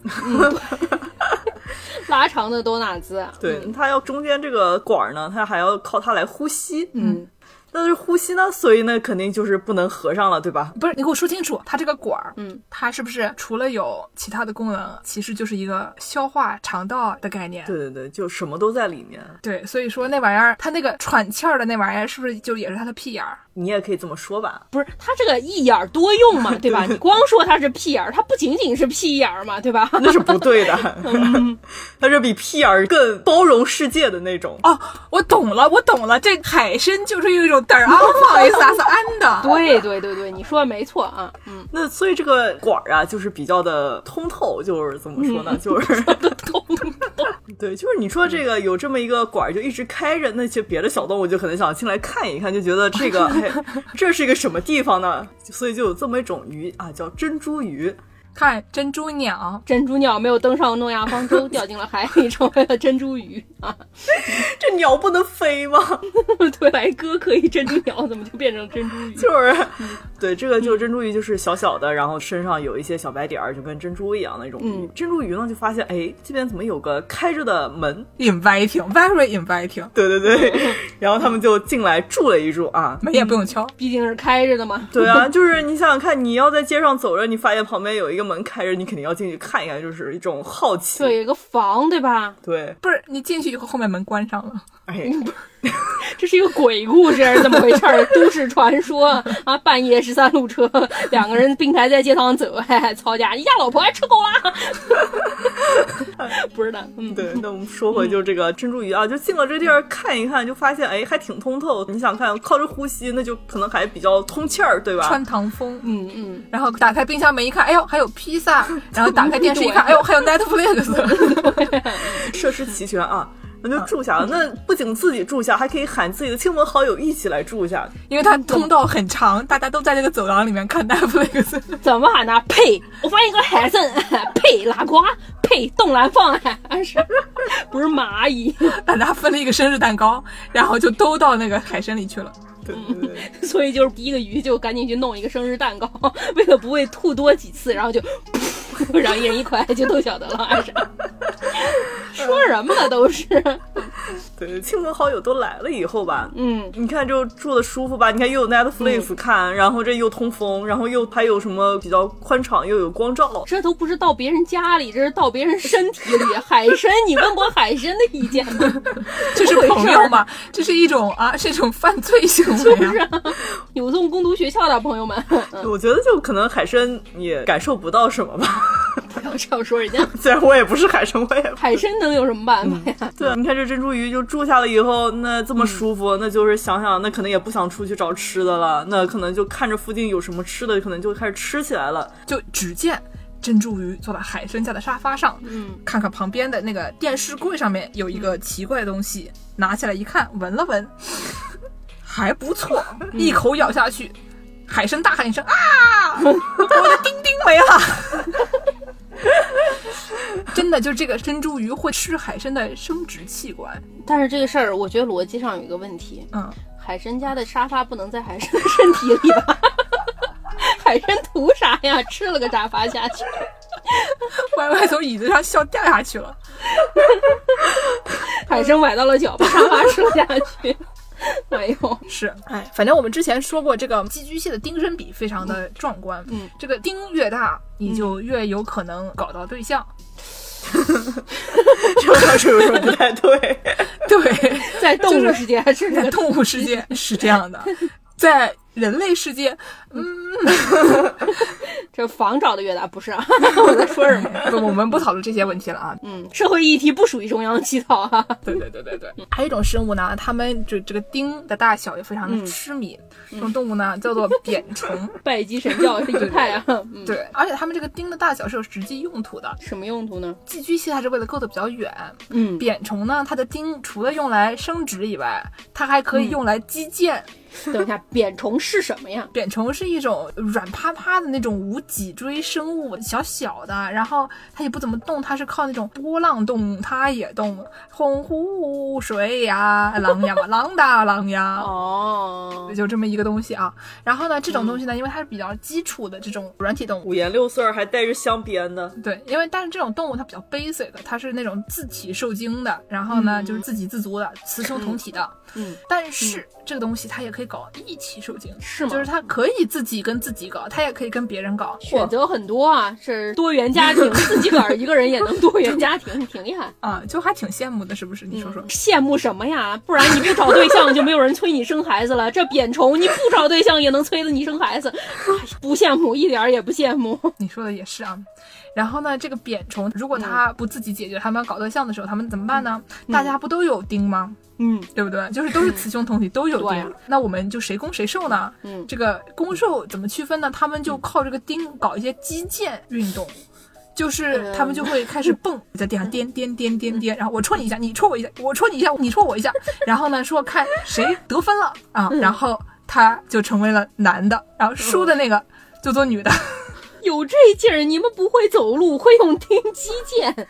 [SPEAKER 1] 拉长的多纳兹啊。
[SPEAKER 2] 对，它要中间这个管儿呢，它还要靠它来呼吸。
[SPEAKER 1] 嗯，
[SPEAKER 2] 但是呼吸呢，所以那肯定就是不能合上了，对吧？
[SPEAKER 3] [laughs] 不是，你给我说清楚，它这个管儿，
[SPEAKER 1] 嗯，
[SPEAKER 3] 它是不是除了有其他的功能，其实就是一个消化肠道的概念？
[SPEAKER 2] 对对对，就什么都在里面，
[SPEAKER 3] 对，所以说那玩意儿，它那个喘气儿的那玩意儿，是不是就也是它的屁眼儿？
[SPEAKER 2] 你也可以这么
[SPEAKER 1] [laughs]
[SPEAKER 2] 说吧。
[SPEAKER 1] 不是，它这个一眼儿多用嘛，对吧？你光说它是屁眼儿，它不仅仅是屁眼儿嘛，对吧？ [laughs]
[SPEAKER 2] 那是不对的， [laughs] 它是比屁眼儿更包容世界的那种。
[SPEAKER 3] 哦，我懂了，我懂了，这海参就是有一种嘚 [laughs] 儿啊，不好意思啊，是安的。
[SPEAKER 1] 对对对对，你说的没错啊。嗯， [laughs]
[SPEAKER 2] 那所以这个管儿啊，就是比较的通透，就是怎么说呢？就是
[SPEAKER 1] 通
[SPEAKER 2] 对，就是你说这个有这么一个管儿，就一直开着，那些别的小动物就可能想进来看一看，就觉得这个哎，这是一个什么地方呢？所以就有这么一种鱼啊，叫珍珠鱼。
[SPEAKER 3] 看珍珠鸟，
[SPEAKER 1] 珍珠鸟没有登上诺亚方舟，掉进了海里， [laughs] 成为了珍珠鱼啊！ [laughs]
[SPEAKER 2] 这鸟不能飞吗？ [laughs]
[SPEAKER 1] 对，白哥可以珍珠鸟，怎么就变成珍珠鱼？ [laughs]
[SPEAKER 2] 就是， [laughs] 对，这个就是珍珠鱼，就是小小的，然后身上有一些小白点儿，就跟珍珠一样的那种鱼。珍珠鱼呢，就发现哎，这边怎么有个开着的门？
[SPEAKER 3] inviting，very inviting，
[SPEAKER 2] 对对对， [laughs] 然后他们就进来住了一住啊。
[SPEAKER 3] 门也不用敲，
[SPEAKER 1] 毕竟是开着的嘛。 [laughs]
[SPEAKER 2] 对啊，就是你想想看，你要在街上走着，你发现旁边有一个门开着，你肯定要进去看一看，就是一种好奇。
[SPEAKER 1] 对，有一个房，对吧？
[SPEAKER 2] 对，
[SPEAKER 3] 不是你进去以后后面门关上了，
[SPEAKER 2] 哎，
[SPEAKER 1] 这是一个鬼故事还是怎么回事儿？ [laughs] 都市传说啊！半夜十三路车，两个人并排在街上走，哎，吵架，你家老婆还吃狗啦？ [laughs] 不是的，嗯，
[SPEAKER 2] 对，那我们说回就是这个珍珠鱼啊，就进了这地儿看一看，就发现哎还挺通透。你想看靠着呼吸，那就可能还比较通气儿，对吧？
[SPEAKER 3] 穿堂风，
[SPEAKER 1] 嗯嗯，
[SPEAKER 3] 然后打开冰箱门一看，哎呦还有披萨，然后打开电视一看，哎呦还有 Netflix，
[SPEAKER 2] 设施齐
[SPEAKER 1] [laughs]
[SPEAKER 2] 全啊。那就住下了。那不仅自己住下，还可以喊自己的亲朋好友一起来住下。
[SPEAKER 3] 因为它通道很长，大家都在这个走廊里面看 Netflix。
[SPEAKER 1] 怎么喊呢？呸！我发现一个海参，哎呸！拉瓜，呸！冻蓝放，哎是 [laughs] 不是蚂蚁？
[SPEAKER 3] 大家分了一个生日蛋糕，然后就都到那个海参里去了。
[SPEAKER 2] 对对对，
[SPEAKER 1] 所以就是第一个鱼就赶紧去弄一个生日蛋糕， [laughs] 为了不会吐多几次，然后就 [laughs] 噗，然后一人一块就都晓得了，哎是说什么呢都是，
[SPEAKER 2] 对，亲朋好友都来了以后吧，
[SPEAKER 1] 嗯。
[SPEAKER 2] 你看就住的舒服吧，你看又有 Netflix 看，然后这又通风，然后又还有什么比较宽敞，又有光照。
[SPEAKER 1] 这都不是到别人家里，这是到别人身体里。海参，你问过海参的意见吗？
[SPEAKER 3] 这是朋友吗？这是一种啊，是一种犯罪行为啊！
[SPEAKER 1] 有送攻读学校的朋友们，
[SPEAKER 2] 我觉得就可能海参也感受不到什么吧， [laughs]
[SPEAKER 1] 不要这样说人家。
[SPEAKER 2] 虽然我也不是海参，我也
[SPEAKER 1] 海参能有什么办法呀？
[SPEAKER 2] 对，你看这珍珠鱼就住下了以后，那这么舒
[SPEAKER 1] 嗯
[SPEAKER 2] 服，那就是想想，那可能也不想出去找吃的了，那可能就看着附近有什么吃的，可能就开始吃起
[SPEAKER 1] [laughs]
[SPEAKER 2] 来了。
[SPEAKER 3] 就只见珍珠鱼坐在海参家的沙发上，
[SPEAKER 1] 嗯，
[SPEAKER 3] 看看旁边的那个电视柜上面有一个奇怪的东西，拿起来一看，闻了闻， [laughs] 还不错，一口咬下去，海参大喊一声啊！ [laughs] 我的丁丁没了。 [laughs] 真的，就这个珍珠鱼会吃海参的生殖器官，
[SPEAKER 1] [laughs] 但是这个事儿，我觉得逻辑上有一个问题，
[SPEAKER 3] 嗯， [laughs]
[SPEAKER 1] 海参家的沙发不能在海参的身体里吧？ [laughs] 海参图啥呀？吃了个沙发下去，
[SPEAKER 3] 歪歪从椅子上笑掉下去了。
[SPEAKER 1] 海参崴到了脚，把沙发摔下去。 [laughs] 哎呦，
[SPEAKER 3] 是，哎，反正我们之前说过，这个寄居蟹的丁身比非常的壮观，
[SPEAKER 1] 嗯嗯
[SPEAKER 3] 这个丁越大，你就越有可能搞到对象。
[SPEAKER 2] 这个是有什么不太对？ [laughs]
[SPEAKER 3] 对，
[SPEAKER 1] 在动
[SPEAKER 3] 就
[SPEAKER 1] 物
[SPEAKER 3] 是
[SPEAKER 1] 世界还是这
[SPEAKER 3] [laughs] 在
[SPEAKER 1] 个
[SPEAKER 3] 动物世
[SPEAKER 1] [laughs]
[SPEAKER 3] 界是这样的，在人类世界，
[SPEAKER 1] 这房找的越大，不是啊？我在说什么？
[SPEAKER 3] 不我们不讨论这些问题了啊。
[SPEAKER 1] 嗯，社会议题不属于中央乞讨啊。 [laughs]
[SPEAKER 3] 对对对对对，还有一种生物呢，它们就这个丁的大小也非常
[SPEAKER 1] 嗯
[SPEAKER 3] 的痴迷。这种动物呢叫做扁虫，
[SPEAKER 1] 拜基神教是一派啊。嗯，
[SPEAKER 3] 对，而且它们这个丁的大小是有实际用途的。
[SPEAKER 1] 什么用途呢？
[SPEAKER 3] 寄居蟹它是为了够得比较远，
[SPEAKER 1] 嗯，
[SPEAKER 3] 扁虫呢，它的钉除了用来生殖以外，它还可以用来击剑。
[SPEAKER 1] 等一下，扁虫是什么呀？
[SPEAKER 3] 扁虫是一种软趴趴的那种无脊椎生物，小小的，然后它也不怎么动，它是靠那种波浪动，它也动。洪湖水呀，浪呀嘛，浪哒
[SPEAKER 1] [laughs]
[SPEAKER 3] 浪呀。
[SPEAKER 1] 哦，
[SPEAKER 3] 就这么一个东西啊，然后呢，这种东西呢，因为它是比较基础的这种软体动物，
[SPEAKER 2] 五颜六色，还带着镶边的。
[SPEAKER 3] 对，因为但是这种动物它比较 basic，它是那种自体受精的，然后呢、
[SPEAKER 1] 嗯
[SPEAKER 3] 就是自给自足的，雌雄同体的。
[SPEAKER 1] 嗯，
[SPEAKER 3] 但是、这个东西它也可以搞一起受精，
[SPEAKER 1] 是吗
[SPEAKER 3] 就是它可以自己跟自己搞，它也可以跟别人搞
[SPEAKER 1] 选择很多啊，是多元家
[SPEAKER 3] [laughs]
[SPEAKER 1] 庭，自己个儿一个人也能多元家庭，挺厉害。嗯
[SPEAKER 3] 啊，就还挺羡慕的，是不是？ [laughs] 你说说， [laughs]
[SPEAKER 1] 羡慕什么呀？不然你不找对象就没有人催你生孩子了。 [laughs] 这扁虫你不找对象也能催着你生孩子，哎呀不羡慕，一点儿也不羡慕。 [laughs]
[SPEAKER 3] 你说的也是啊。然后呢，这个扁虫如果
[SPEAKER 1] 嗯
[SPEAKER 3] 它不自己解决它们要搞对象的时候，它们怎么办呢？大家不都有钉吗？
[SPEAKER 1] 嗯，
[SPEAKER 3] 对不对？就是都是雌雄同体，都有
[SPEAKER 1] 对啊
[SPEAKER 3] 钉，那我们就谁攻谁受呢？
[SPEAKER 1] 嗯
[SPEAKER 3] 这个攻受怎么区分呢？他们就靠这个钉搞一些击剑运动，就是他们就会开始蹦，在地上颠颠颠颠颠，然后我戳你一下，你戳我一下，我戳你一下，你戳我一下，然后呢说看谁得分了啊，然后他就成为了男的，然后输的那个就做女的， [laughs]
[SPEAKER 1] 有这劲儿，你们不会走路，会用听击 [laughs] 剑，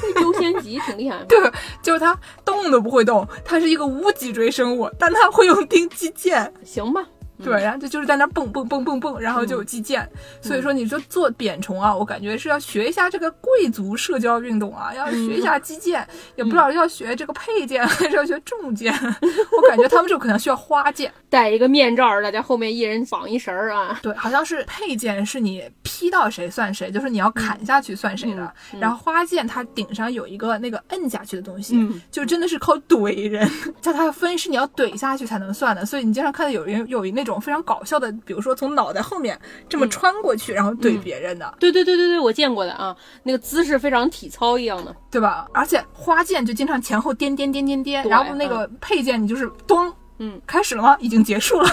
[SPEAKER 1] 这优先级挺厉害嘛。
[SPEAKER 3] 对，就是它动都不会动，它是一个无脊椎生物，但它会用钉击剑。
[SPEAKER 1] 行吧，嗯
[SPEAKER 3] 对，然后这就是在那儿蹦蹦蹦蹦蹦，然后就有击剑。所以说，你说做扁虫啊，我感觉是要学一下这个贵族社交运动啊，要学一下击剑，也不知道要学这个佩剑还是要学重剑。 [laughs] 我感觉他们这种可能需要花剑。
[SPEAKER 1] 戴一个面罩，大家后面一人绑一绳儿啊。
[SPEAKER 3] 对，好像是佩剑是你劈到谁算谁，就是你要砍下去算谁的。
[SPEAKER 1] 嗯嗯
[SPEAKER 3] 然后花剑它顶上有一个那个摁下去的东西，
[SPEAKER 1] 嗯
[SPEAKER 3] 就真的是靠怼人，它它分是你要怼下去才能算的。所以你经常看到有人有那种非常搞笑的，比如说从脑袋后面这么穿过去，然后怼别人的，
[SPEAKER 1] 对对对对对，我见过的啊，那个姿势非常体操一样的。
[SPEAKER 3] 对吧？而且花剑就经常前后颠颠颠颠颠，
[SPEAKER 1] 对
[SPEAKER 3] 然后那个佩剑你就是咚。
[SPEAKER 1] 嗯，
[SPEAKER 3] 开始了吗？已经结束了。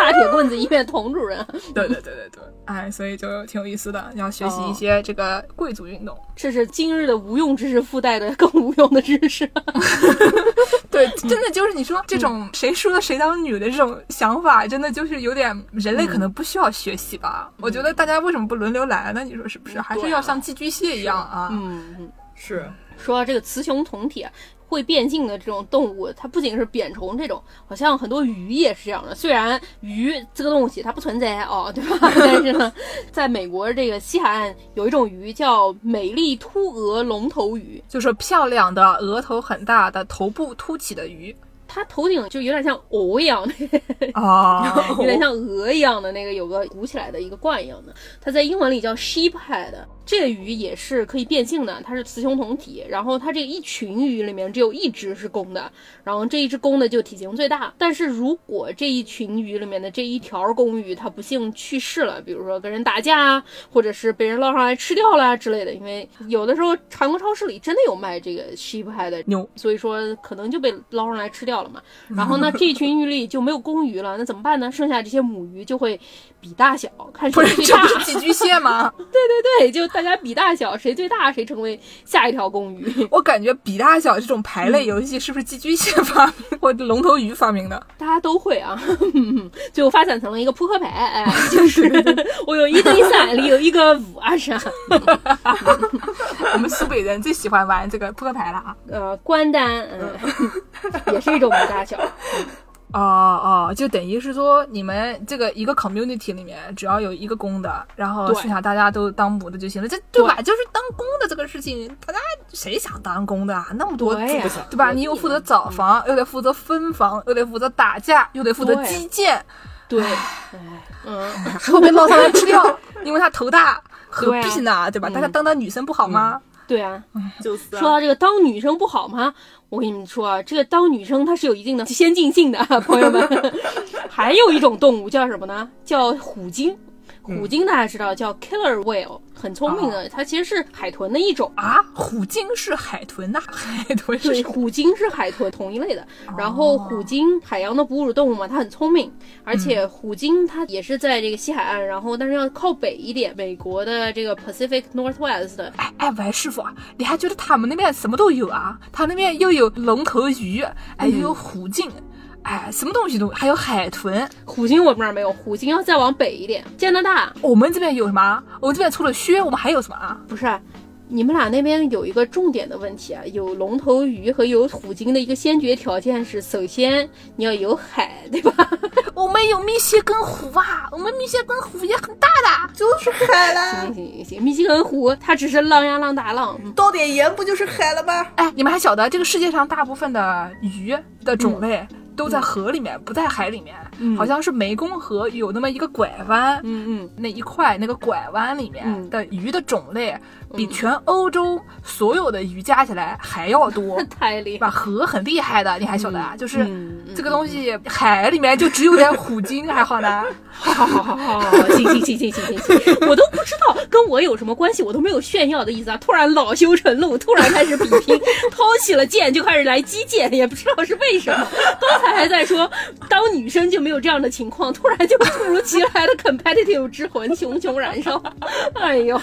[SPEAKER 1] 大铁棍子一面同主人，
[SPEAKER 3] 对对对对对， [laughs] 哎，所以就挺有意思的，要学习一些这个贵族运动。
[SPEAKER 1] 这是今日的无用知识附带的更无用的知识。
[SPEAKER 3] 对，真的就是你说这种谁输了谁当女的这种想法，真的就是有点人类可能不需要学习吧？我觉得大家为什么不轮流来呢？你说是不是？还是要像寄居蟹一样啊？
[SPEAKER 1] 嗯，嗯
[SPEAKER 2] 是
[SPEAKER 1] 说到这个雌雄同体啊会变性的这种动物，它不仅是扁虫这种，好像很多鱼也是这样的。虽然鱼这个东西它不存在哦，对吧？但是呢，在美国这个西海岸有一种鱼叫美丽秃额龙头鱼，
[SPEAKER 3] 就是漂亮的、额头很大的、头部凸起的鱼
[SPEAKER 1] 它头顶就有点像藕一样的
[SPEAKER 2] [laughs]
[SPEAKER 3] 啊
[SPEAKER 1] 有
[SPEAKER 2] 哦
[SPEAKER 1] 点像鹅一样的那个有个鼓起来的一个冠一样的，它在英文里叫 sheep head。这个鱼也是可以变性的，它是雌雄同体，然后它这一群鱼里面只有一只是公的，然后这一只公的就体型最大。但是如果这一群鱼里面的这一条公鱼它不幸去世了，比如说跟人打架啊，或者是被人捞上来吃掉了啊之类的，因为有的时候韩国超市里真的有卖这个 sheep head 的
[SPEAKER 3] 牛，
[SPEAKER 1] 所以说可能就被捞上来吃掉了嘛。然后呢，这一群鱼里就没有公鱼了，那怎么办呢？剩下这些母鱼就会比大小，看
[SPEAKER 3] 不
[SPEAKER 1] 谁
[SPEAKER 3] 是
[SPEAKER 1] 最
[SPEAKER 3] 这
[SPEAKER 1] 大
[SPEAKER 3] 不。是寄居蟹吗？
[SPEAKER 1] [laughs] 对，就大家比大小，谁最大谁成为下一条公鱼。
[SPEAKER 3] 我感觉比大小这种排类游戏是不是寄居蟹发明或者龙头鱼发明的？
[SPEAKER 1] 大家都会啊， [laughs] 最后发展成了一个扑克牌，哎，就是我有一对三，里有一个五啊啥。
[SPEAKER 3] 我们西北人最喜欢玩这个扑克牌了啊！
[SPEAKER 1] 呃，关单，嗯， [laughs] 也是一种比大小。
[SPEAKER 3] 哦哦，就等于是说，你们这个一个 community 里面，只要有一个公的，然后
[SPEAKER 1] 对
[SPEAKER 3] 剩下大家都当母的就行了，这对吧？就是当公的这个事情，大家谁想当公的啊？那么多
[SPEAKER 1] 对呀
[SPEAKER 3] 组对吧？
[SPEAKER 1] 我嗯
[SPEAKER 3] 你又
[SPEAKER 1] 也
[SPEAKER 3] 负责找房，又得负责分房，又得负责打架，又得负责
[SPEAKER 1] 对
[SPEAKER 3] 击剑，
[SPEAKER 1] 对，哎，嗯。
[SPEAKER 3] 后被捞上来吃掉，因为他头大，何
[SPEAKER 1] 对啊
[SPEAKER 3] 必呢？对吧？大家当当女生不好吗？
[SPEAKER 1] 对啊，
[SPEAKER 2] 就是、啊、
[SPEAKER 1] 说到这个当女生不好吗？我跟你们说啊，这个当女生她是有一定的先进性的， [laughs] 朋友们。还有一种动物叫什么呢？叫虎鲸。虎鲸大家知道叫 killer whale，很聪明的，它其实是海豚的一种。
[SPEAKER 3] 啊，虎鲸是海豚呐、 [laughs] 海豚是
[SPEAKER 1] 对，
[SPEAKER 3] 什么
[SPEAKER 1] 虎鲸是海豚同一类的，然后虎鲸海洋的哺乳动物嘛，它很聪明，而且虎鲸它也是在这个西海岸，然后但是要靠北一点，美国的这个 Pacific Northwest 的
[SPEAKER 3] 哎哎，喂，师傅啊，你还觉得他们那边什么都有啊？他那边又有龙头鱼，哎，又有虎鲸，哎，什么东西都有，还有海豚。
[SPEAKER 1] 虎鲸，我们那儿没有，虎鲸要再往北一点，加拿大，
[SPEAKER 3] 我们这边有什么？我们这边除了靴，我们还有什么啊？
[SPEAKER 1] 不是啊，你们俩那边有一个重点的问题啊，有龙头鱼和有虎鲸的一个先决条件是，首先你要有海，对吧？
[SPEAKER 3] 我们有密歇根湖啊，我们密歇根湖也很大的。
[SPEAKER 4] 就是海啦，
[SPEAKER 1] [laughs] 行
[SPEAKER 2] 嗯
[SPEAKER 1] 行行行，密西根湖它只是浪呀浪打浪，嗯
[SPEAKER 4] 倒点盐不就是海了吗？
[SPEAKER 3] 哎，你们还晓得这个世界上大部分的鱼的种类都在河里面，不在海里面。好像是湄公河有那么一个拐弯，
[SPEAKER 1] 嗯
[SPEAKER 3] 那一块那个拐弯里面
[SPEAKER 1] 嗯
[SPEAKER 3] 的鱼的种类，比全欧洲所有的鱼加起来还要多， [laughs]
[SPEAKER 1] 嗯，太厉
[SPEAKER 3] 对
[SPEAKER 1] 害
[SPEAKER 3] 吧？河很厉害的，你还晓得啊？就是
[SPEAKER 1] 嗯嗯
[SPEAKER 3] 这个东西，海里面就只有点虎鲸，还好呢。
[SPEAKER 1] 了！行行行行行行行，我都不知道跟我有什么关系，我都没有炫耀的意思啊！突然恼羞成怒，突然开始比拼，掏起了剑就开始来击剑，也不知道是为什么。刚他还在说，当女生就没有这样的情况，突然就突如其来的 competitive 之魂熊熊燃烧，哎呦，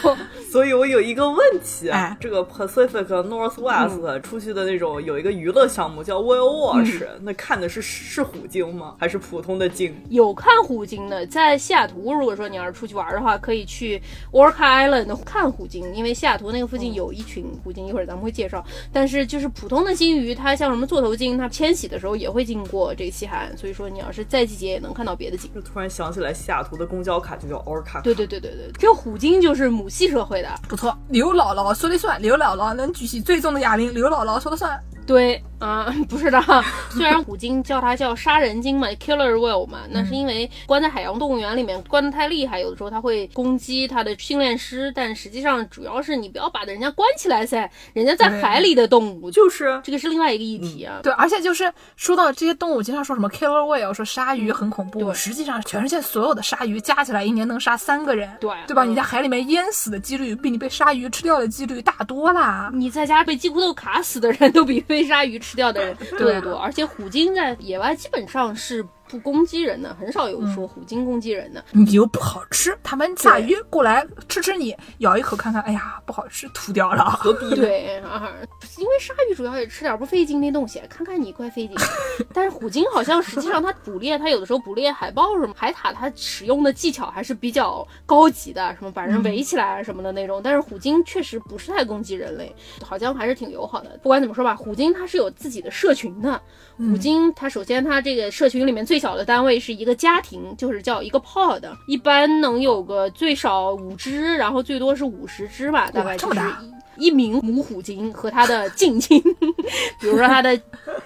[SPEAKER 2] 所以我有一个问题，啊
[SPEAKER 3] 哎
[SPEAKER 2] 这个 Pacific Northwest、
[SPEAKER 1] 嗯
[SPEAKER 2] 出去的那种有一个娱乐项目叫 Whale Watch，、那看的是是虎鲸吗？还是普通的鲸？
[SPEAKER 1] 有看虎鲸的，在西雅图，如果说你要是出去玩的话，可以去 Orca Island 看虎鲸，因为西雅图那个附近有一群虎鲸，一会儿咱们会介绍。但是就是普通的鲸鱼，它像什么座头鲸，它迁徙的时候也会经过这个西海岸，所以说你要是在季节也能看到别的鲸。
[SPEAKER 2] 就突然想起来，西雅图的公交卡就叫 Orca。
[SPEAKER 1] 对对对对对，这虎鲸就是母系社会的，
[SPEAKER 3] [laughs] 不错，刘姥姥说了算，刘姥姥能举起最重的哑铃，刘姥姥说了算。
[SPEAKER 1] 对啊，不是的， [laughs] 虽然虎鲸叫它叫杀人鲸嘛，killer whale 嘛，那是因为关在海洋动物园里面关的太厉害，有的时候它会攻击它的训练师，但实际上主要是你不要把人家关起来噻，人家在
[SPEAKER 3] 对嗯
[SPEAKER 1] 海里的动物，就
[SPEAKER 2] 就是
[SPEAKER 1] 这个是另外一个议题啊。
[SPEAKER 3] 对，而且就是说到这些动物，经常说什么 killer whale，说鲨鱼很恐怖，
[SPEAKER 1] 对
[SPEAKER 3] 实际上全世界所有的鲨鱼加起来一年能杀三个人，
[SPEAKER 1] 对
[SPEAKER 3] 对吧？
[SPEAKER 1] 嗯
[SPEAKER 3] 你在海里面淹死的几率比你被鲨鱼吃掉的几率大多啦。
[SPEAKER 1] 你在家被鸡骨头卡死的人都比被鲨鱼吃掉的人多
[SPEAKER 3] 对
[SPEAKER 1] 得
[SPEAKER 3] 啊
[SPEAKER 1] 多，而且虎鲸在野外基本上是不攻击人的，很少有说虎鲸攻击人的。
[SPEAKER 3] 你又不好吃，他们鲨鱼过来吃吃你，咬一口看看，哎呀，不好吃，吐掉了。
[SPEAKER 2] 何必呢？
[SPEAKER 1] 对啊，因为鲨鱼主要也吃点儿不费劲那东西，看看你怪费劲。 [laughs] 但是虎鲸好像实际上它捕猎，它有的时候捕猎海豹什么海獭，它使用的技巧还是比较高级的，什么把人围起来啊什么的那种。但是虎鲸确实不是太攻击人类，好像还是挺友好的。不管怎么说吧，虎鲸它是有自己的社群的。虎
[SPEAKER 3] 嗯
[SPEAKER 1] 鲸它首先它这个社群里面最小的单位是一个家庭，就是叫一个 pod，一般能有个最少五只，然后最多是五十只吧，大概
[SPEAKER 3] 这
[SPEAKER 1] 就
[SPEAKER 3] 么
[SPEAKER 1] 是
[SPEAKER 3] 大
[SPEAKER 1] 一一名母虎鲸和它的近亲， [laughs] 比如说它的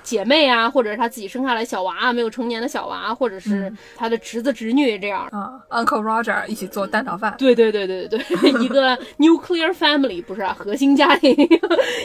[SPEAKER 1] 姐妹啊，或者是它自己生下来小娃啊没有成年的小娃，啊或者是它的侄子侄女这样。
[SPEAKER 3] [laughs] 啊、u n c l e Roger 一起做蛋炒饭，
[SPEAKER 1] 对对对对对 [laughs] 对，一个 nuclear family 不是啊，核心家庭，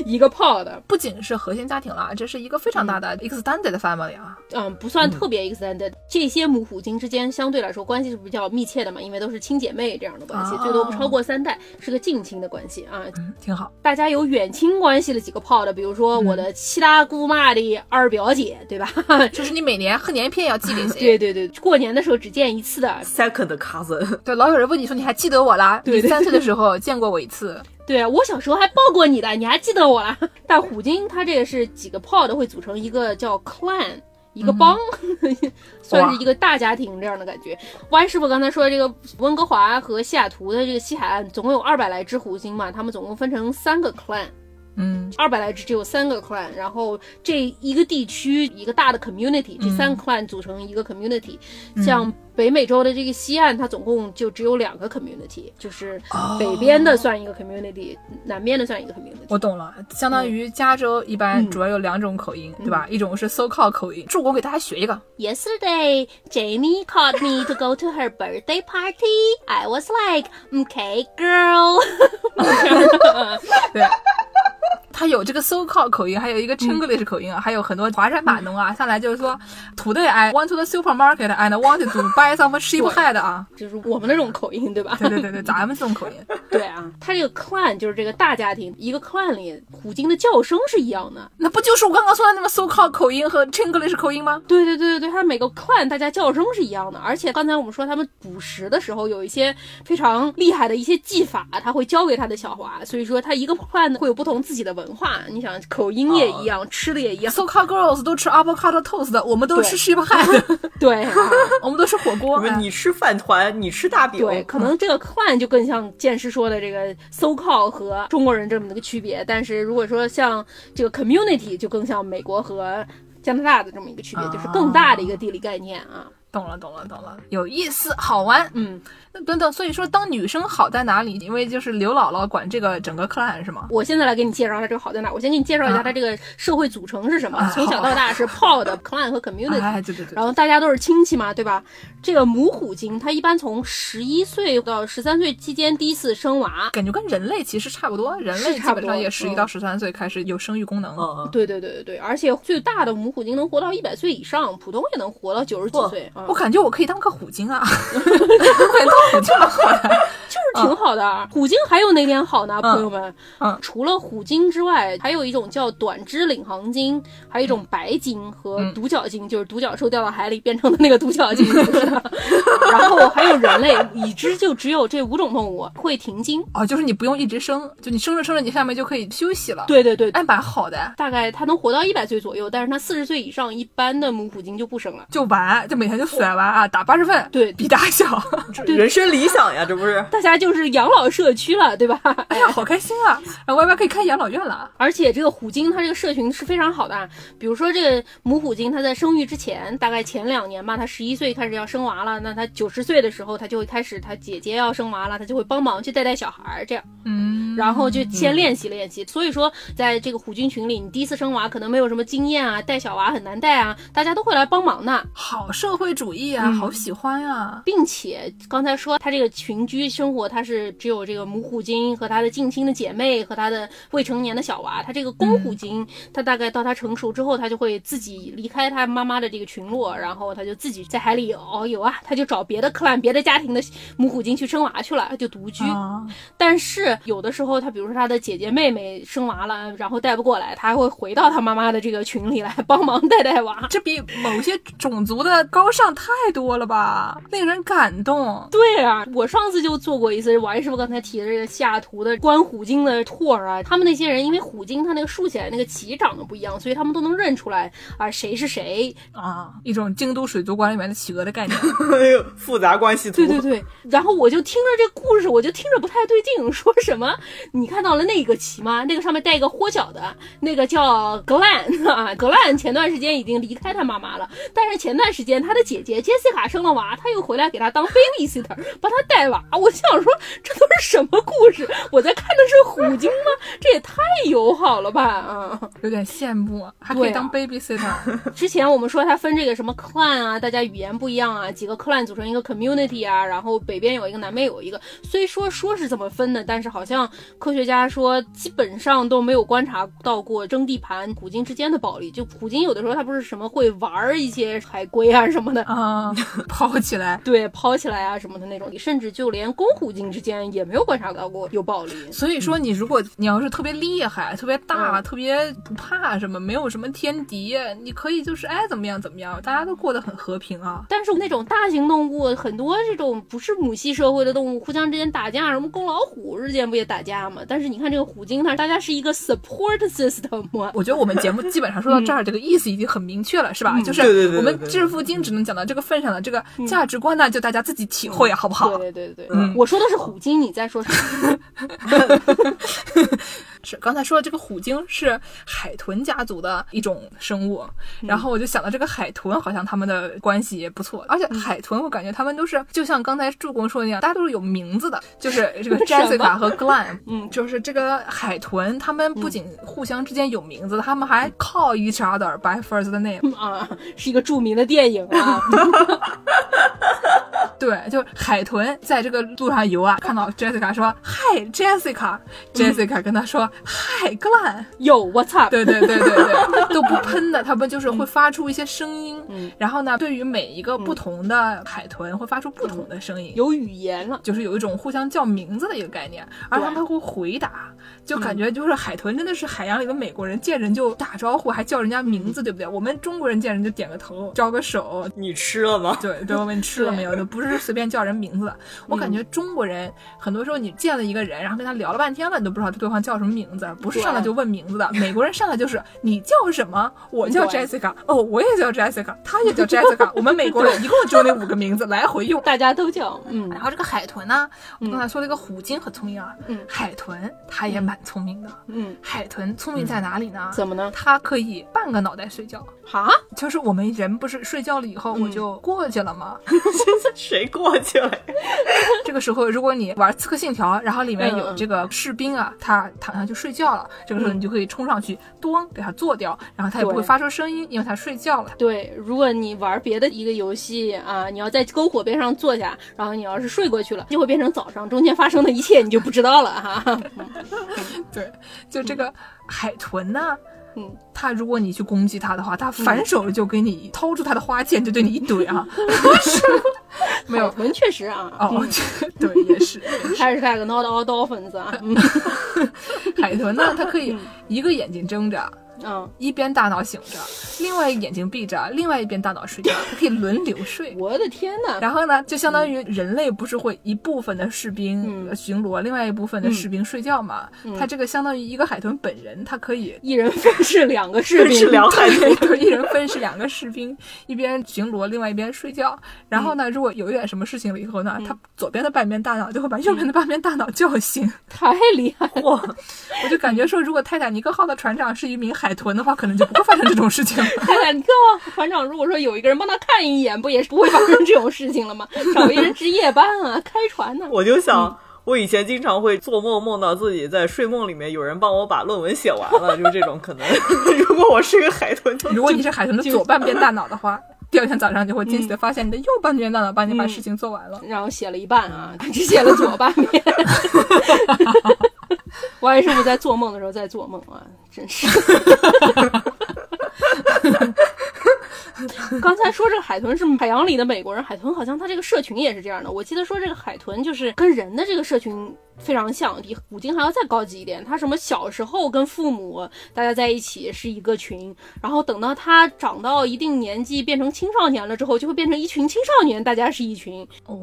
[SPEAKER 1] 一个 pod，
[SPEAKER 3] 不仅是核心家庭了，这是一个非常大的嗯 extended family 啊。
[SPEAKER 1] 嗯，不算特别 extended、这些母虎鲸之间相对来说关系是比较密切的嘛，因为都是亲姐妹这样的关系，
[SPEAKER 3] 哦
[SPEAKER 1] 最多不超过三代，是个近亲的关系啊。
[SPEAKER 3] 嗯，挺好。
[SPEAKER 1] 大家有远亲关系的几个 pod，比如说我的七大姑妈的二表姐，对吧？ [laughs]
[SPEAKER 3] 就是你每年贺年片要寄给谁？
[SPEAKER 1] 对对对，过年的时候只见一次的。
[SPEAKER 2] Second cousin，
[SPEAKER 3] 对，老有人问你说你还记得我啦？
[SPEAKER 1] 对对
[SPEAKER 3] 你三岁的时候见过我一
[SPEAKER 1] [laughs]
[SPEAKER 3] 次，
[SPEAKER 1] 对啊我小时候还抱过你的，你还记得我啦？ [laughs] 但虎鲸它这个是几个 pod 会组成一个叫 clan。一个帮， [laughs] 算是一个大家庭这样的感觉。Y 师傅刚才说的这个温哥华和西雅图的这个西海岸，总共有二百来只虎鲸嘛，他们总共分成三个 clan。
[SPEAKER 3] 嗯，
[SPEAKER 1] 二百来只只有三个 clan，然后这一个地区一个大的 community，这
[SPEAKER 3] 嗯
[SPEAKER 1] 三个 clan 组成一个 community、像北美洲的这个西岸，它总共就只有两个 community，就是
[SPEAKER 3] 哦
[SPEAKER 1] 北边的算一个 community，、南边的算一个 community。
[SPEAKER 3] 我懂了，相当于加州一
[SPEAKER 1] 嗯
[SPEAKER 3] 般主要有两种口音，对吧？一种是 so called 口音，助攻给大家学一个，
[SPEAKER 1] Yesterday, Jamie called me to go to her birthday party. I was like, "Okay, girl."
[SPEAKER 3] 对。 [laughs] 他有这个 so called 口音，还有一个 Chinglish 口音啊，还有很多华人码农啊，上来就是说，Today I went to the supermarket and wanted to buy some sheep head 啊，
[SPEAKER 1] [laughs] 就是我们那种口音，对吧？
[SPEAKER 3] 对对对对，咱们这种口音， [laughs]
[SPEAKER 1] 对啊，它这个 clan 就是这个大家庭，一个 clan 里虎鲸的叫声是一样的，
[SPEAKER 3] 那不就是我刚刚说的那么 so called 口音和 Chinglish 口音吗？
[SPEAKER 1] 对对对对对，它每个 clan 大家叫声是一样的，而且刚才我们说他们捕食的时候有一些非常厉害的一些技法，他会教给他的小华，所以说他一个 clan 会有不同自己的文化。你想口音也一样，吃的也一样，
[SPEAKER 3] so called girls 都吃 avocado toast，的我们都
[SPEAKER 1] 对
[SPEAKER 3] 吃 sheep head，
[SPEAKER 1] 对、啊、
[SPEAKER 3] 我们都吃火锅
[SPEAKER 2] 什。么 [laughs]
[SPEAKER 3] 哎
[SPEAKER 2] 你吃饭团，你吃大饼，
[SPEAKER 1] 对，可能这个 clan 就更像剑师说的这个 so call 和中国人这么的一个区别，但是如果说像这个 community 就更像美国和加拿大的这么一个区别，就是更大的一个地理概念啊。
[SPEAKER 3] 懂了，懂了，懂了，有意思，好玩。
[SPEAKER 1] 嗯，
[SPEAKER 3] 那等等，所以说当女生好在哪里？因为就是刘姥姥管这个整个 clan 是吗？
[SPEAKER 1] 我现在来给你介绍它这个好在哪儿。我先给你介绍一
[SPEAKER 3] 啊
[SPEAKER 1] 下它这个社会组成是什么。
[SPEAKER 3] 啊
[SPEAKER 1] 从小到大是 pod、clan
[SPEAKER 3] [laughs]
[SPEAKER 1] 和 community，、
[SPEAKER 3] 哎，对对对，
[SPEAKER 1] 然后大家都是亲戚嘛，对吧？这个母虎鲸它一般从十一岁到十三岁期间第一次生娃。
[SPEAKER 3] 感觉跟人类其实差不多，啊人类
[SPEAKER 1] 是
[SPEAKER 3] 基
[SPEAKER 1] 差不多
[SPEAKER 3] 本上也十一
[SPEAKER 1] 嗯
[SPEAKER 3] 到十三岁开始有生育功能。
[SPEAKER 2] 嗯嗯，
[SPEAKER 1] 对对对对对，而且最大的母虎鲸能活到一百岁以上，普通也能活到九十几岁啊 [laughs]
[SPEAKER 3] 我。感觉我可以当个虎鲸啊，我感觉当虎鲸好玩，
[SPEAKER 1] 就是挺好的啊。虎鲸还有哪点好呢，朋友们？
[SPEAKER 3] 嗯
[SPEAKER 1] 除了虎鲸之外，还有一种叫短肢领航鲸，还有一
[SPEAKER 3] 嗯
[SPEAKER 1] 种白鲸和独角鲸，就是独角兽掉到海里变成的那个独
[SPEAKER 3] [laughs]
[SPEAKER 1] 角鲸。然后还有人类，已知就只有这五种动物会停经。
[SPEAKER 3] 哦，就是你不用一直生，就你生着生着，你下面就可以休息了。，
[SPEAKER 1] 对对对，
[SPEAKER 3] 哎，蛮好的，
[SPEAKER 1] 大概它能活到一百岁左右，但是它四十岁以上，一般的母虎鲸就不生了。
[SPEAKER 3] 就玩，就每天就甩玩啊，打八十分，
[SPEAKER 1] 对
[SPEAKER 3] 比大小。
[SPEAKER 2] 这人生理想呀，这不
[SPEAKER 1] [laughs]
[SPEAKER 2] 是？
[SPEAKER 1] 大家就是养老社区了，对吧？
[SPEAKER 3] 哎呀，好开心啊！然后 Y Y 可以开养老院了。
[SPEAKER 1] 而且这个虎鲸它这个社群是非常好的啊，比如说这个母虎鲸，它在生育之前，大概前两年吧，它十一岁开始要生娃了，那它九十岁的时候，它就会开始，它姐姐要生娃了，它就会帮忙去带带小孩儿，这样，
[SPEAKER 3] 嗯，
[SPEAKER 1] 然后就先练习练习。所以说，在这个虎鲸群里，你第一次生娃可能没有什么经验啊，带小娃很难带啊，大家都会来帮忙的。
[SPEAKER 3] 好社会主义
[SPEAKER 1] 嗯
[SPEAKER 3] 啊，好喜欢啊。
[SPEAKER 1] 并且刚才说它这个群居生活，它是只有这个母虎鲸和它的近亲的姐妹和它的未成年的小娃，它这个公虎鲸，它大概到它成熟之后，它就会自己离开它妈妈的这个群落，然后它就自己在海里遨游啊，它就找别的 clan、别的家庭的母虎鲸去生娃去了，它就独居。
[SPEAKER 3] 啊，
[SPEAKER 1] 但是有的时候，他比如说他的姐姐妹妹生娃了，然后带不过来，他还会回到他妈妈的这个群里来帮忙带带娃。
[SPEAKER 3] 这比某些种族的高尚太多了吧，令人感动。
[SPEAKER 1] 对啊，我上次就做过一次，王师傅刚才提的这个西雅图的观虎鲸的 tour 啊，他们那些人因为虎鲸它那个竖起来那个鳍长得不一样，所以他们都能认出来啊谁是谁。
[SPEAKER 3] 啊，一种京都水族馆里面的企鹅的概念。
[SPEAKER 2] 哎呦，复杂关系图。
[SPEAKER 1] 对对
[SPEAKER 2] [laughs]
[SPEAKER 1] 对，然后我就听着这故事，我就听着不太对劲，说什么你看到了那个鳍吗？那个上面带一个豁角的，那个叫格兰啊，格兰前段时间已经离开他妈妈了，但是前段时间他的姐姐杰西卡生了娃，他又回来给他当 babysitter，帮他带娃。我想说这都是什么故事？我在看的是虎鲸吗？这也太友好了吧啊！
[SPEAKER 3] 有点羡慕，还可
[SPEAKER 1] 对
[SPEAKER 3] 以
[SPEAKER 1] 啊
[SPEAKER 3] 当 babysitter。
[SPEAKER 1] 之前我们说它分这个什么 clan 啊，大家语言不一样啊，几个 clan 组成一个 community 啊，然后北边有一个，南边有一个。虽说说是怎么分的，但是好像科学家说基本上都没有观察到过争地盘虎鲸之间的暴力。就虎鲸有的时候它不是什么会玩儿一些海龟啊什么的。
[SPEAKER 3] 啊，跑起来。
[SPEAKER 1] [laughs] 对，抛起来啊什么的那种，甚至就连公虎鲸之间也没有观察到过有暴力。
[SPEAKER 3] 所以说，你如
[SPEAKER 2] 嗯
[SPEAKER 3] 果你要是特别厉害、特别大、特别不怕什么，没有什么天敌，你可以就是爱怎么样怎么样，大家都过得很和平啊。
[SPEAKER 1] 但是那种大型动物，很多这种不是母系社会的动物，互相之间打架，什么公老虎之间不也打架吗？但是你看这个虎鲸，它大家是一个 support system，啊 [laughs]
[SPEAKER 3] 我觉得我们节目基本上说到这儿，这个意思已经很明确了，是吧？就
[SPEAKER 2] 嗯
[SPEAKER 3] 是
[SPEAKER 2] 对对对对
[SPEAKER 3] 我们
[SPEAKER 2] 对
[SPEAKER 3] 致富经只能讲到这个份上了，这个价值观呢，就大家自己体会，好不好？
[SPEAKER 1] 对对对对，
[SPEAKER 2] 嗯
[SPEAKER 1] 我说的是虎鲸，你在说什么？
[SPEAKER 3] 是刚才说的这个虎鲸是海豚家族的一种生物，然后我就想到这个海豚好像他们的关系也不错，而且海豚我感觉他们都是就像刚才助攻说的那样，大家都是有名字的，就是这个 Jessica 和 Glenn，
[SPEAKER 1] 嗯
[SPEAKER 3] 就是这个海豚他们不仅互相之间有名字，他们还 call each other by first name，
[SPEAKER 1] 啊，是一个著名的电影
[SPEAKER 3] [laughs]
[SPEAKER 1] 啊，
[SPEAKER 3] 对，就是海豚在这个路上游啊，看到 Jessica 说嗨 Jessica，Jessica、跟他说嗨 Glenn。
[SPEAKER 1] 有 What's up？
[SPEAKER 3] [laughs] 对对对对对，都不喷的，他们就是会发出一些声音。
[SPEAKER 1] 嗯
[SPEAKER 3] 然后呢，对于每一个不同的海豚，会发出不同的声音。
[SPEAKER 1] 有语言了。
[SPEAKER 3] 就是有一种互相叫名字的一个概念，而他们会回答，就感觉就是海豚真的是海洋里的美国人，见人就打招呼，还叫人家名
[SPEAKER 1] 嗯
[SPEAKER 3] 字，对不对？我们中国人见人就点个头，招个手，
[SPEAKER 2] 你吃了吗？
[SPEAKER 3] [laughs] 对，对，我嗯问你吃了没有，就不是随便叫人名字的。我感觉中国人很多时候你见了一个人，然后跟他聊了半天了，你都不知道对方叫什么名字，不是上来
[SPEAKER 1] 对
[SPEAKER 3] 就问名字的。美国人上来就是你叫什么，我叫
[SPEAKER 1] 对
[SPEAKER 3] Jessica，哦，我也叫 Jessica，他也叫 Jessica，我们美国人一共只有那五个名字来回用。嗯
[SPEAKER 1] 大家都叫，嗯
[SPEAKER 3] 然后这个海豚呢，我刚才说了一个虎鲸很聪明啊，
[SPEAKER 1] 嗯
[SPEAKER 3] 海豚它也蛮聪明的。
[SPEAKER 1] 嗯，
[SPEAKER 3] 海豚聪明在哪里呢？
[SPEAKER 1] 怎么呢？
[SPEAKER 3] 它可以半个脑袋睡觉，嗯
[SPEAKER 1] 哈，
[SPEAKER 3] 就是我们人不是睡觉了以后我就过去了吗？
[SPEAKER 2] [laughs] 谁过去了？
[SPEAKER 3] 这个时候，如果你玩《刺客信条》，然后里面
[SPEAKER 1] 嗯
[SPEAKER 3] 有
[SPEAKER 1] 嗯
[SPEAKER 3] 这个士兵啊，他躺下去睡觉了，这个时候你就可以冲上去，咣给他做掉，然后他也不
[SPEAKER 1] 对
[SPEAKER 3] 会发出声音，因为他睡觉了。
[SPEAKER 1] 对，如果你玩别的一个游戏啊，你要在篝火边上坐下，然后你要是睡过去了，就会变成早上，中间发生的一切你就不知道了哈。
[SPEAKER 3] 对，就这个海豚呢，
[SPEAKER 1] 嗯，
[SPEAKER 3] 他如果你去攻击他的话，他反手就给你掏出他的花剑，就对你一怼
[SPEAKER 1] [laughs]
[SPEAKER 3] 啊，没有
[SPEAKER 1] 海豚确实啊，
[SPEAKER 3] 哦，对，也是，也是
[SPEAKER 1] 还是 like not all dolphins 啊， [laughs] 嗯
[SPEAKER 3] 海豚呢，它可以一个眼睛睁着，
[SPEAKER 1] 嗯，
[SPEAKER 3] 一边大脑醒着，另外一个眼睛闭着，另外一边大脑睡觉，它可以轮流睡。
[SPEAKER 1] 我的天呐，
[SPEAKER 3] 然后呢，就相当于人类不是会一部分的士兵
[SPEAKER 1] 嗯
[SPEAKER 3] 呃巡逻，另外一部分的士兵睡觉嘛？它这个相当于一个海豚本人，它可以
[SPEAKER 1] 一人分饰两个士
[SPEAKER 2] 真是
[SPEAKER 1] 兵，
[SPEAKER 2] 两海豚。
[SPEAKER 3] 对，一人分饰两个士兵，一边巡逻，另外一边睡觉。然后呢，如果有一点什么事情了以后呢，他左边的半边大脑就会把右边的半边大脑叫醒。
[SPEAKER 1] 太厉害了， [laughs]
[SPEAKER 2] 哇，
[SPEAKER 3] 我就感觉说，如果泰坦尼克号的船长是一名海豚的话，可能就不会发生这种事情了。
[SPEAKER 1] 泰坦尼克号船长，如果说有一个人帮他看一眼，不也是不会发生这种事情了吗？找一人值夜班啊，开船呢、
[SPEAKER 2] 我就想。我以前经常会做梦，梦到自己在睡梦里面有人帮我把论文写完了，就是这种可能。如果我是个海豚，就
[SPEAKER 3] 如果你是海豚的左半边大脑的话，第二天早上就会惊喜的发现你的右半边大脑帮你把事情做完了。
[SPEAKER 1] 然后写了一半啊，只写了左半边。 [laughs] 我还是不在做梦的时候在做梦啊，真是。 [laughs] 刚才说这个海豚是海洋里的美国人，海豚好像它这个社群也是这样的。我记得说这个海豚就是跟人的这个社群非常像，比虎鲸还要再高级一点。它什么小时候跟父母大家在一起是一个群，然后等到它长到一定年纪变成青少年了之后，就会变成一群青少年，大家是一群。
[SPEAKER 3] 哦，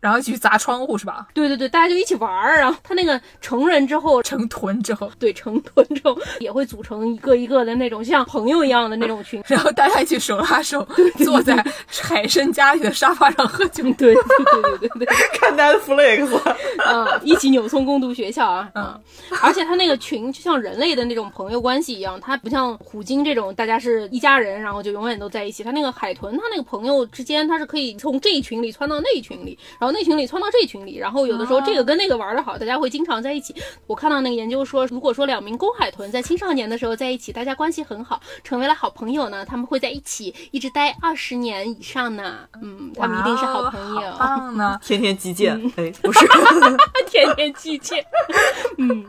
[SPEAKER 3] 然后一起去砸窗户是吧？
[SPEAKER 1] 对对对，大家就一起玩儿。然后他那个成人之后，
[SPEAKER 3] 成豚之后， [laughs]
[SPEAKER 1] 对成团之后也会组成一个一个的那种像朋友一样的那种群。
[SPEAKER 3] 然后大家一起手拉手坐在海参家里的沙发上喝
[SPEAKER 1] [laughs]
[SPEAKER 3] 酒。
[SPEAKER 1] 对对对对对对，
[SPEAKER 2] 看 Netflix，
[SPEAKER 1] 啊，一起扭送共度学校啊
[SPEAKER 3] 嗯
[SPEAKER 1] 啊！而且他那个群就像人类的那种朋友关系一样，他不像虎鲸这种大家是一家人，然后就永远都在一起。他那个海豚，他那个朋友之间，他是可以从这一群里窜到那一群里，然后那群里窜到这群里，然后有的时候
[SPEAKER 3] 哦
[SPEAKER 1] 这个跟那个玩的好，大家会经常在一起。我看到那个研究说，如果说两名公海豚在青少年的时候在一起，大家关系很好，成为了好朋友呢，他们会在一起一直待二十年以上呢。嗯，他们一定是好
[SPEAKER 3] 哇哦
[SPEAKER 1] 朋友，
[SPEAKER 3] 棒呢！
[SPEAKER 2] 天天击剑，哎，不是，
[SPEAKER 1] [laughs] 天天击剑。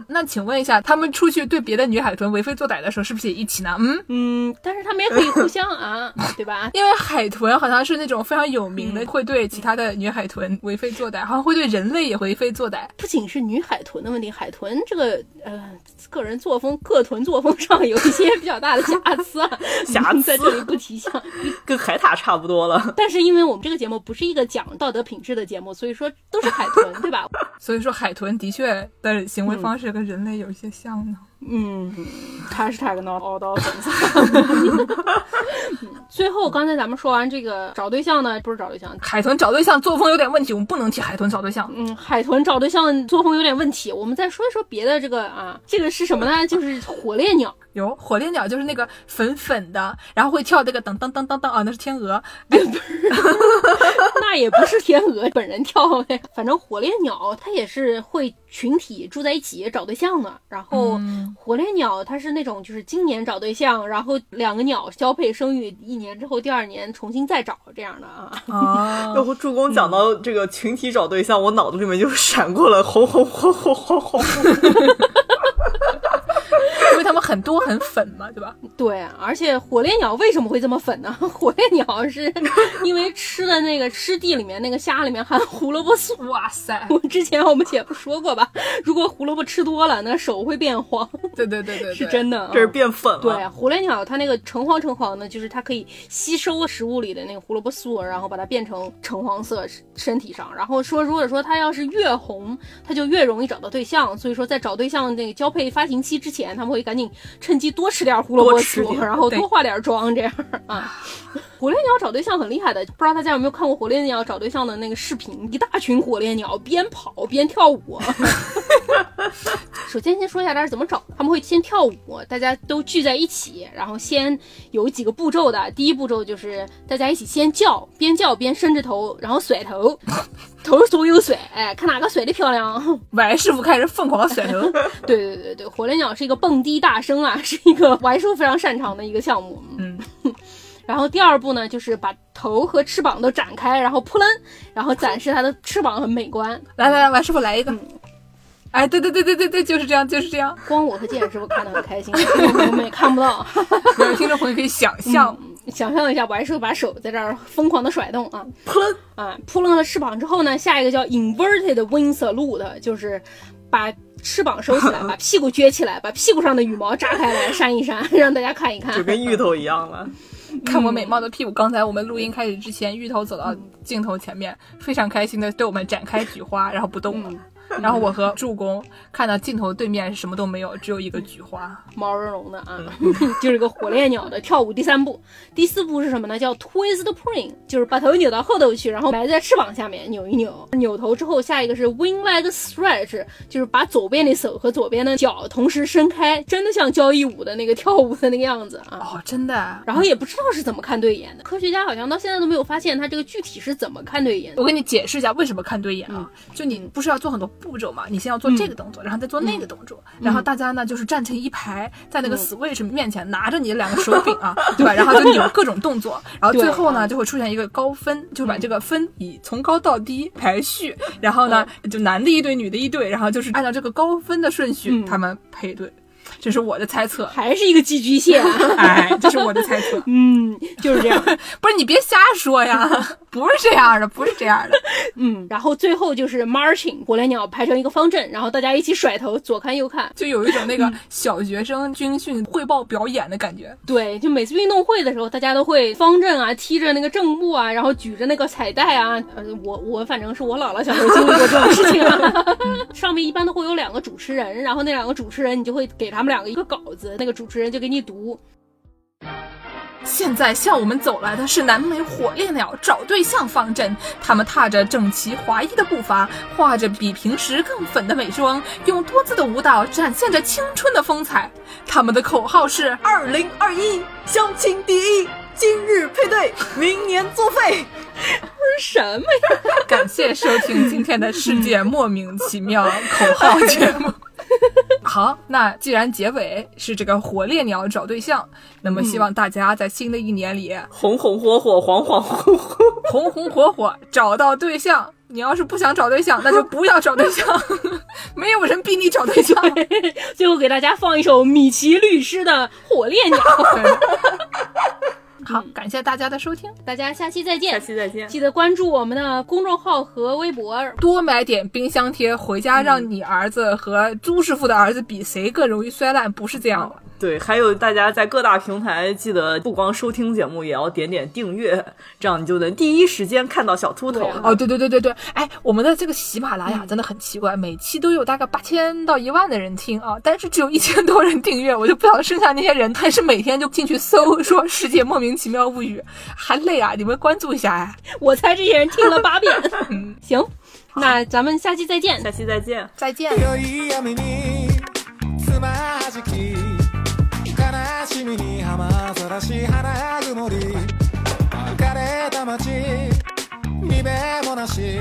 [SPEAKER 3] 那请问一下，他们出去对别的女海豚为非作歹的时候，是不是也一起呢？嗯，
[SPEAKER 1] [laughs] 嗯，但是他们也可以互相啊，对吧？
[SPEAKER 3] 因为海豚好像是那种非常有名的，会对其他的女海豚为非作歹，好像会对人类也为非作歹。
[SPEAKER 1] 不仅是女海豚的问题，海豚这个呃个人作风、个豚作风上有一些比较大的 [laughs] 瑕疵啊，
[SPEAKER 2] 瑕疵
[SPEAKER 1] 在这里不提倡。
[SPEAKER 2] 跟海獭差不多了。
[SPEAKER 1] 但是因为我们这个节目不是一个讲道德品质的节目，所以说都是海豚，对吧？
[SPEAKER 3] 所以说，海豚的确的行为方式跟人类有一些像呢。
[SPEAKER 1] [laughs] 嗯，他是他跟叨叨叨粉丝。 [laughs] 最后，刚才咱们说完这个找对象呢，不是找对象，
[SPEAKER 3] 海豚找对象作风有点问题，我们不能替海豚找对象。
[SPEAKER 1] 嗯，海豚找对象作风有点问题。我们再说一说别的这个啊，这个是什么呢？就是火烈鸟。
[SPEAKER 3] 有火烈鸟就是那个粉粉的，然后会跳这个噔噔噔噔噔啊，那是
[SPEAKER 1] [laughs]
[SPEAKER 3] 天鹅。
[SPEAKER 1] 那也不是天鹅本人跳的呀，反正火烈鸟它也是会群体住在一起找对象的。然后火烈鸟它是那种就是今年找对象，然后两个鸟交配生育一年之后，第二年重新再找这样的啊。 [laughs]
[SPEAKER 3] 哦，
[SPEAKER 2] 要不助攻讲到这个群体找对象，我脑子里面就闪过了红红红红红红。
[SPEAKER 3] 因为它们很多很粉嘛，对吧？
[SPEAKER 1] 对，啊而且火烈鸟为什么会这么粉呢？ [laughs] 火烈鸟是因为吃的那个湿地里面那个虾里面含胡萝卜素。 [laughs]
[SPEAKER 3] 哇塞，
[SPEAKER 1] 我之前我们姐夫说过吧，如果胡萝卜吃多了，那手会变黄，
[SPEAKER 3] 对对对对对，
[SPEAKER 1] 是真的啊。
[SPEAKER 2] 这是变粉
[SPEAKER 1] 对，
[SPEAKER 2] 了。
[SPEAKER 1] 火烈鸟它那个橙黄橙黄的，就是它可以吸收食物里的那个胡萝卜素，然后把它变成橙黄色身体上。然后说，如果说它要是越红，它就越容易找到对象。所以说，在找对象那个交配发情期之前，他们会赶紧趁机多吃点胡萝卜
[SPEAKER 2] 多吃
[SPEAKER 1] 素，
[SPEAKER 2] 点
[SPEAKER 1] 然后
[SPEAKER 3] 对
[SPEAKER 1] 多化点妆，这样啊。火烈鸟找对象很厉害的，不知道大家有没有看过火烈鸟找对象的那个视频？一大群火烈鸟边跑边跳舞。 [laughs] 首先先说一下它是怎么找，他们会先跳舞，大家都聚在一起，然后先有几个步骤的。第一步骤就是大家一起先叫，边叫边伸着头，然后甩头， [laughs] 头左右甩，哎，看哪个甩的漂亮。
[SPEAKER 3] 歪师傅开始疯狂甩头，
[SPEAKER 1] 对对对对，火烈鸟是一个蹦迪大生啊， [laughs] 是一个玩术非常擅长的一个项目。
[SPEAKER 3] 嗯，
[SPEAKER 1] [laughs] 然后第二步呢，就是把头和翅膀都展开，然后扑棱，然后展示它的翅膀很美观。嗯
[SPEAKER 3] 来来来，歪师傅来一个，哎，对对对对对对，就是这样，就是这样。
[SPEAKER 1] 光我和健是不是看得很开心？我们也看不到， [laughs]
[SPEAKER 3] 没有听众朋友可以想
[SPEAKER 1] 嗯
[SPEAKER 3] 象，
[SPEAKER 1] 想象一下，我是把手在这儿疯狂的甩动啊
[SPEAKER 2] 喷
[SPEAKER 1] 啊，扑棱了翅膀之后呢，下一个叫 inverted wing salute，就是把翅膀收起
[SPEAKER 2] [laughs]
[SPEAKER 1] 来，把屁股撅起来，把屁股上的羽毛炸开来扇一扇， [laughs] 让大家看一看
[SPEAKER 2] 就。跟芋头一样了。
[SPEAKER 1] 嗯
[SPEAKER 3] 看我美貌的屁股。刚才我们录音开始之前，芋头走到镜头前面，非常开心的对我们展开菊花，然后不动
[SPEAKER 1] 嗯
[SPEAKER 3] 了。然后我和助攻看到镜头对面什么都没有，只有一个菊花。
[SPEAKER 1] 毛茸茸的啊， [laughs] 就是个火烈鸟的跳舞。第三步，第四步是什么呢？叫 twist pring，就是把头扭到后头去，然后埋在翅膀下面扭一扭。扭头之后，下一个是 wing leg stretch，就是把左边的手和左边的脚同时伸开，真的像交谊舞的那个跳舞的那个样子啊。
[SPEAKER 3] 哦，真的啊。
[SPEAKER 1] 然后也不知道是怎么看对眼的，科学家好像到现在都没有发现它这个具体是怎么看对眼的
[SPEAKER 3] 我。给你解释一下为什么看对眼啊，
[SPEAKER 1] 嗯
[SPEAKER 3] 就你不是要做很多步骤嘛？你先要做这个动作，然后再做那个动作，
[SPEAKER 1] 嗯
[SPEAKER 3] 然后大家呢就是站成一排，在那个 Switch 面前拿着你的两个手柄
[SPEAKER 1] [laughs]
[SPEAKER 3] 啊，对吧？然后就扭各种动作，然后最后
[SPEAKER 1] 啊
[SPEAKER 3] 呢就会出现一个高分，就
[SPEAKER 1] 嗯
[SPEAKER 3] 把这个分以从高到低排序，然后呢
[SPEAKER 1] 哦
[SPEAKER 3] 就男的一队，女的一队，然后就是按照这个高分的顺序
[SPEAKER 1] 嗯。
[SPEAKER 3] 他们配对，这是我的猜测
[SPEAKER 1] [laughs] 还是一个寄居蟹啊， [laughs]
[SPEAKER 3] 哎，这是我的猜测，
[SPEAKER 1] 嗯，就是这样。
[SPEAKER 3] 不是你别瞎说
[SPEAKER 1] [laughs]
[SPEAKER 3] 呀，不是这样的，不是这样的。
[SPEAKER 1] 嗯，然后最后就是 marching，火烈鸟排成一个方阵，然后大家一起甩头，左看右看。
[SPEAKER 3] 就有一种那个小学生军训汇报表演的感觉。
[SPEAKER 1] 对，就每次运动会的时候，大家都会方阵啊，踢着那个正步啊，然后举着那个彩带啊。呃，我我反正是我姥姥小时候经历过这种事情啊。 [laughs] 上面一般都会有两个主持人，然后那两个主持人你就会给他们两个一个稿子，那个主持人就给你读，
[SPEAKER 3] 现在向我们走来的是南美火烈鸟找对象方阵，他们踏着整齐划一的步伐，画着比平时更粉的美妆，用多姿的舞蹈展现着青春的风采。他们的口号是
[SPEAKER 2] 二零二一相亲第一，今日配对，明年作废。
[SPEAKER 1] 什么
[SPEAKER 3] 感谢收听今天的世界莫名其妙口号节目。好，那既然结尾是这个火烈鸟找对象，那么希望大家在新的一年里
[SPEAKER 2] 红红火火，恍恍惚惚。
[SPEAKER 3] 红红火火找到对象。你要是不想找对象，那就不要找对象， [laughs] 没有人逼你找对象。
[SPEAKER 1] 最后给大家放一首米奇律师的《火烈鸟》，
[SPEAKER 3] 好，感谢大家的收听，
[SPEAKER 1] 大家下期再见，
[SPEAKER 2] 期再见。
[SPEAKER 1] 记得关注我们的公众号和微博，
[SPEAKER 3] 多买点冰箱贴回家，让你儿子和朱师傅的儿子比谁更容易摔烂，不是这样的。
[SPEAKER 2] 对，还有大家在各大平台记得不光收听节目，也要点点订阅，这样你就能第一时间看到小秃头。
[SPEAKER 1] 对啊
[SPEAKER 3] 哦，对对对对对，哎，我们的这个喜马拉雅真的很奇怪，每期都有大概八千到一万的人听啊，但是只有一千多人订阅，我就不晓得剩下那些人，他是每天就进去搜说世界莫名其妙物语，还累啊！你们关注一下呀、
[SPEAKER 1] 我猜这些人听了八 [laughs] 遍。行，那咱们下期再见。
[SPEAKER 2] 下期再见。
[SPEAKER 3] 再见。
[SPEAKER 5] 強い雨につまじき悲しみに雨ざらし花曇り枯れた街にべもなし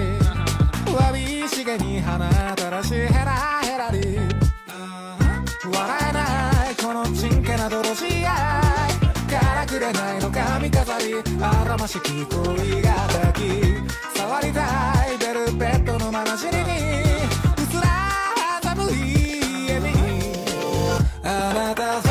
[SPEAKER 5] わびしげに花たらしヘラヘラり笑えないこのちんけな泥仕合からくれないの髪飾りあらましき恋が抱き触りたいベルベットのまなじりにうすら寒い家にあなたさ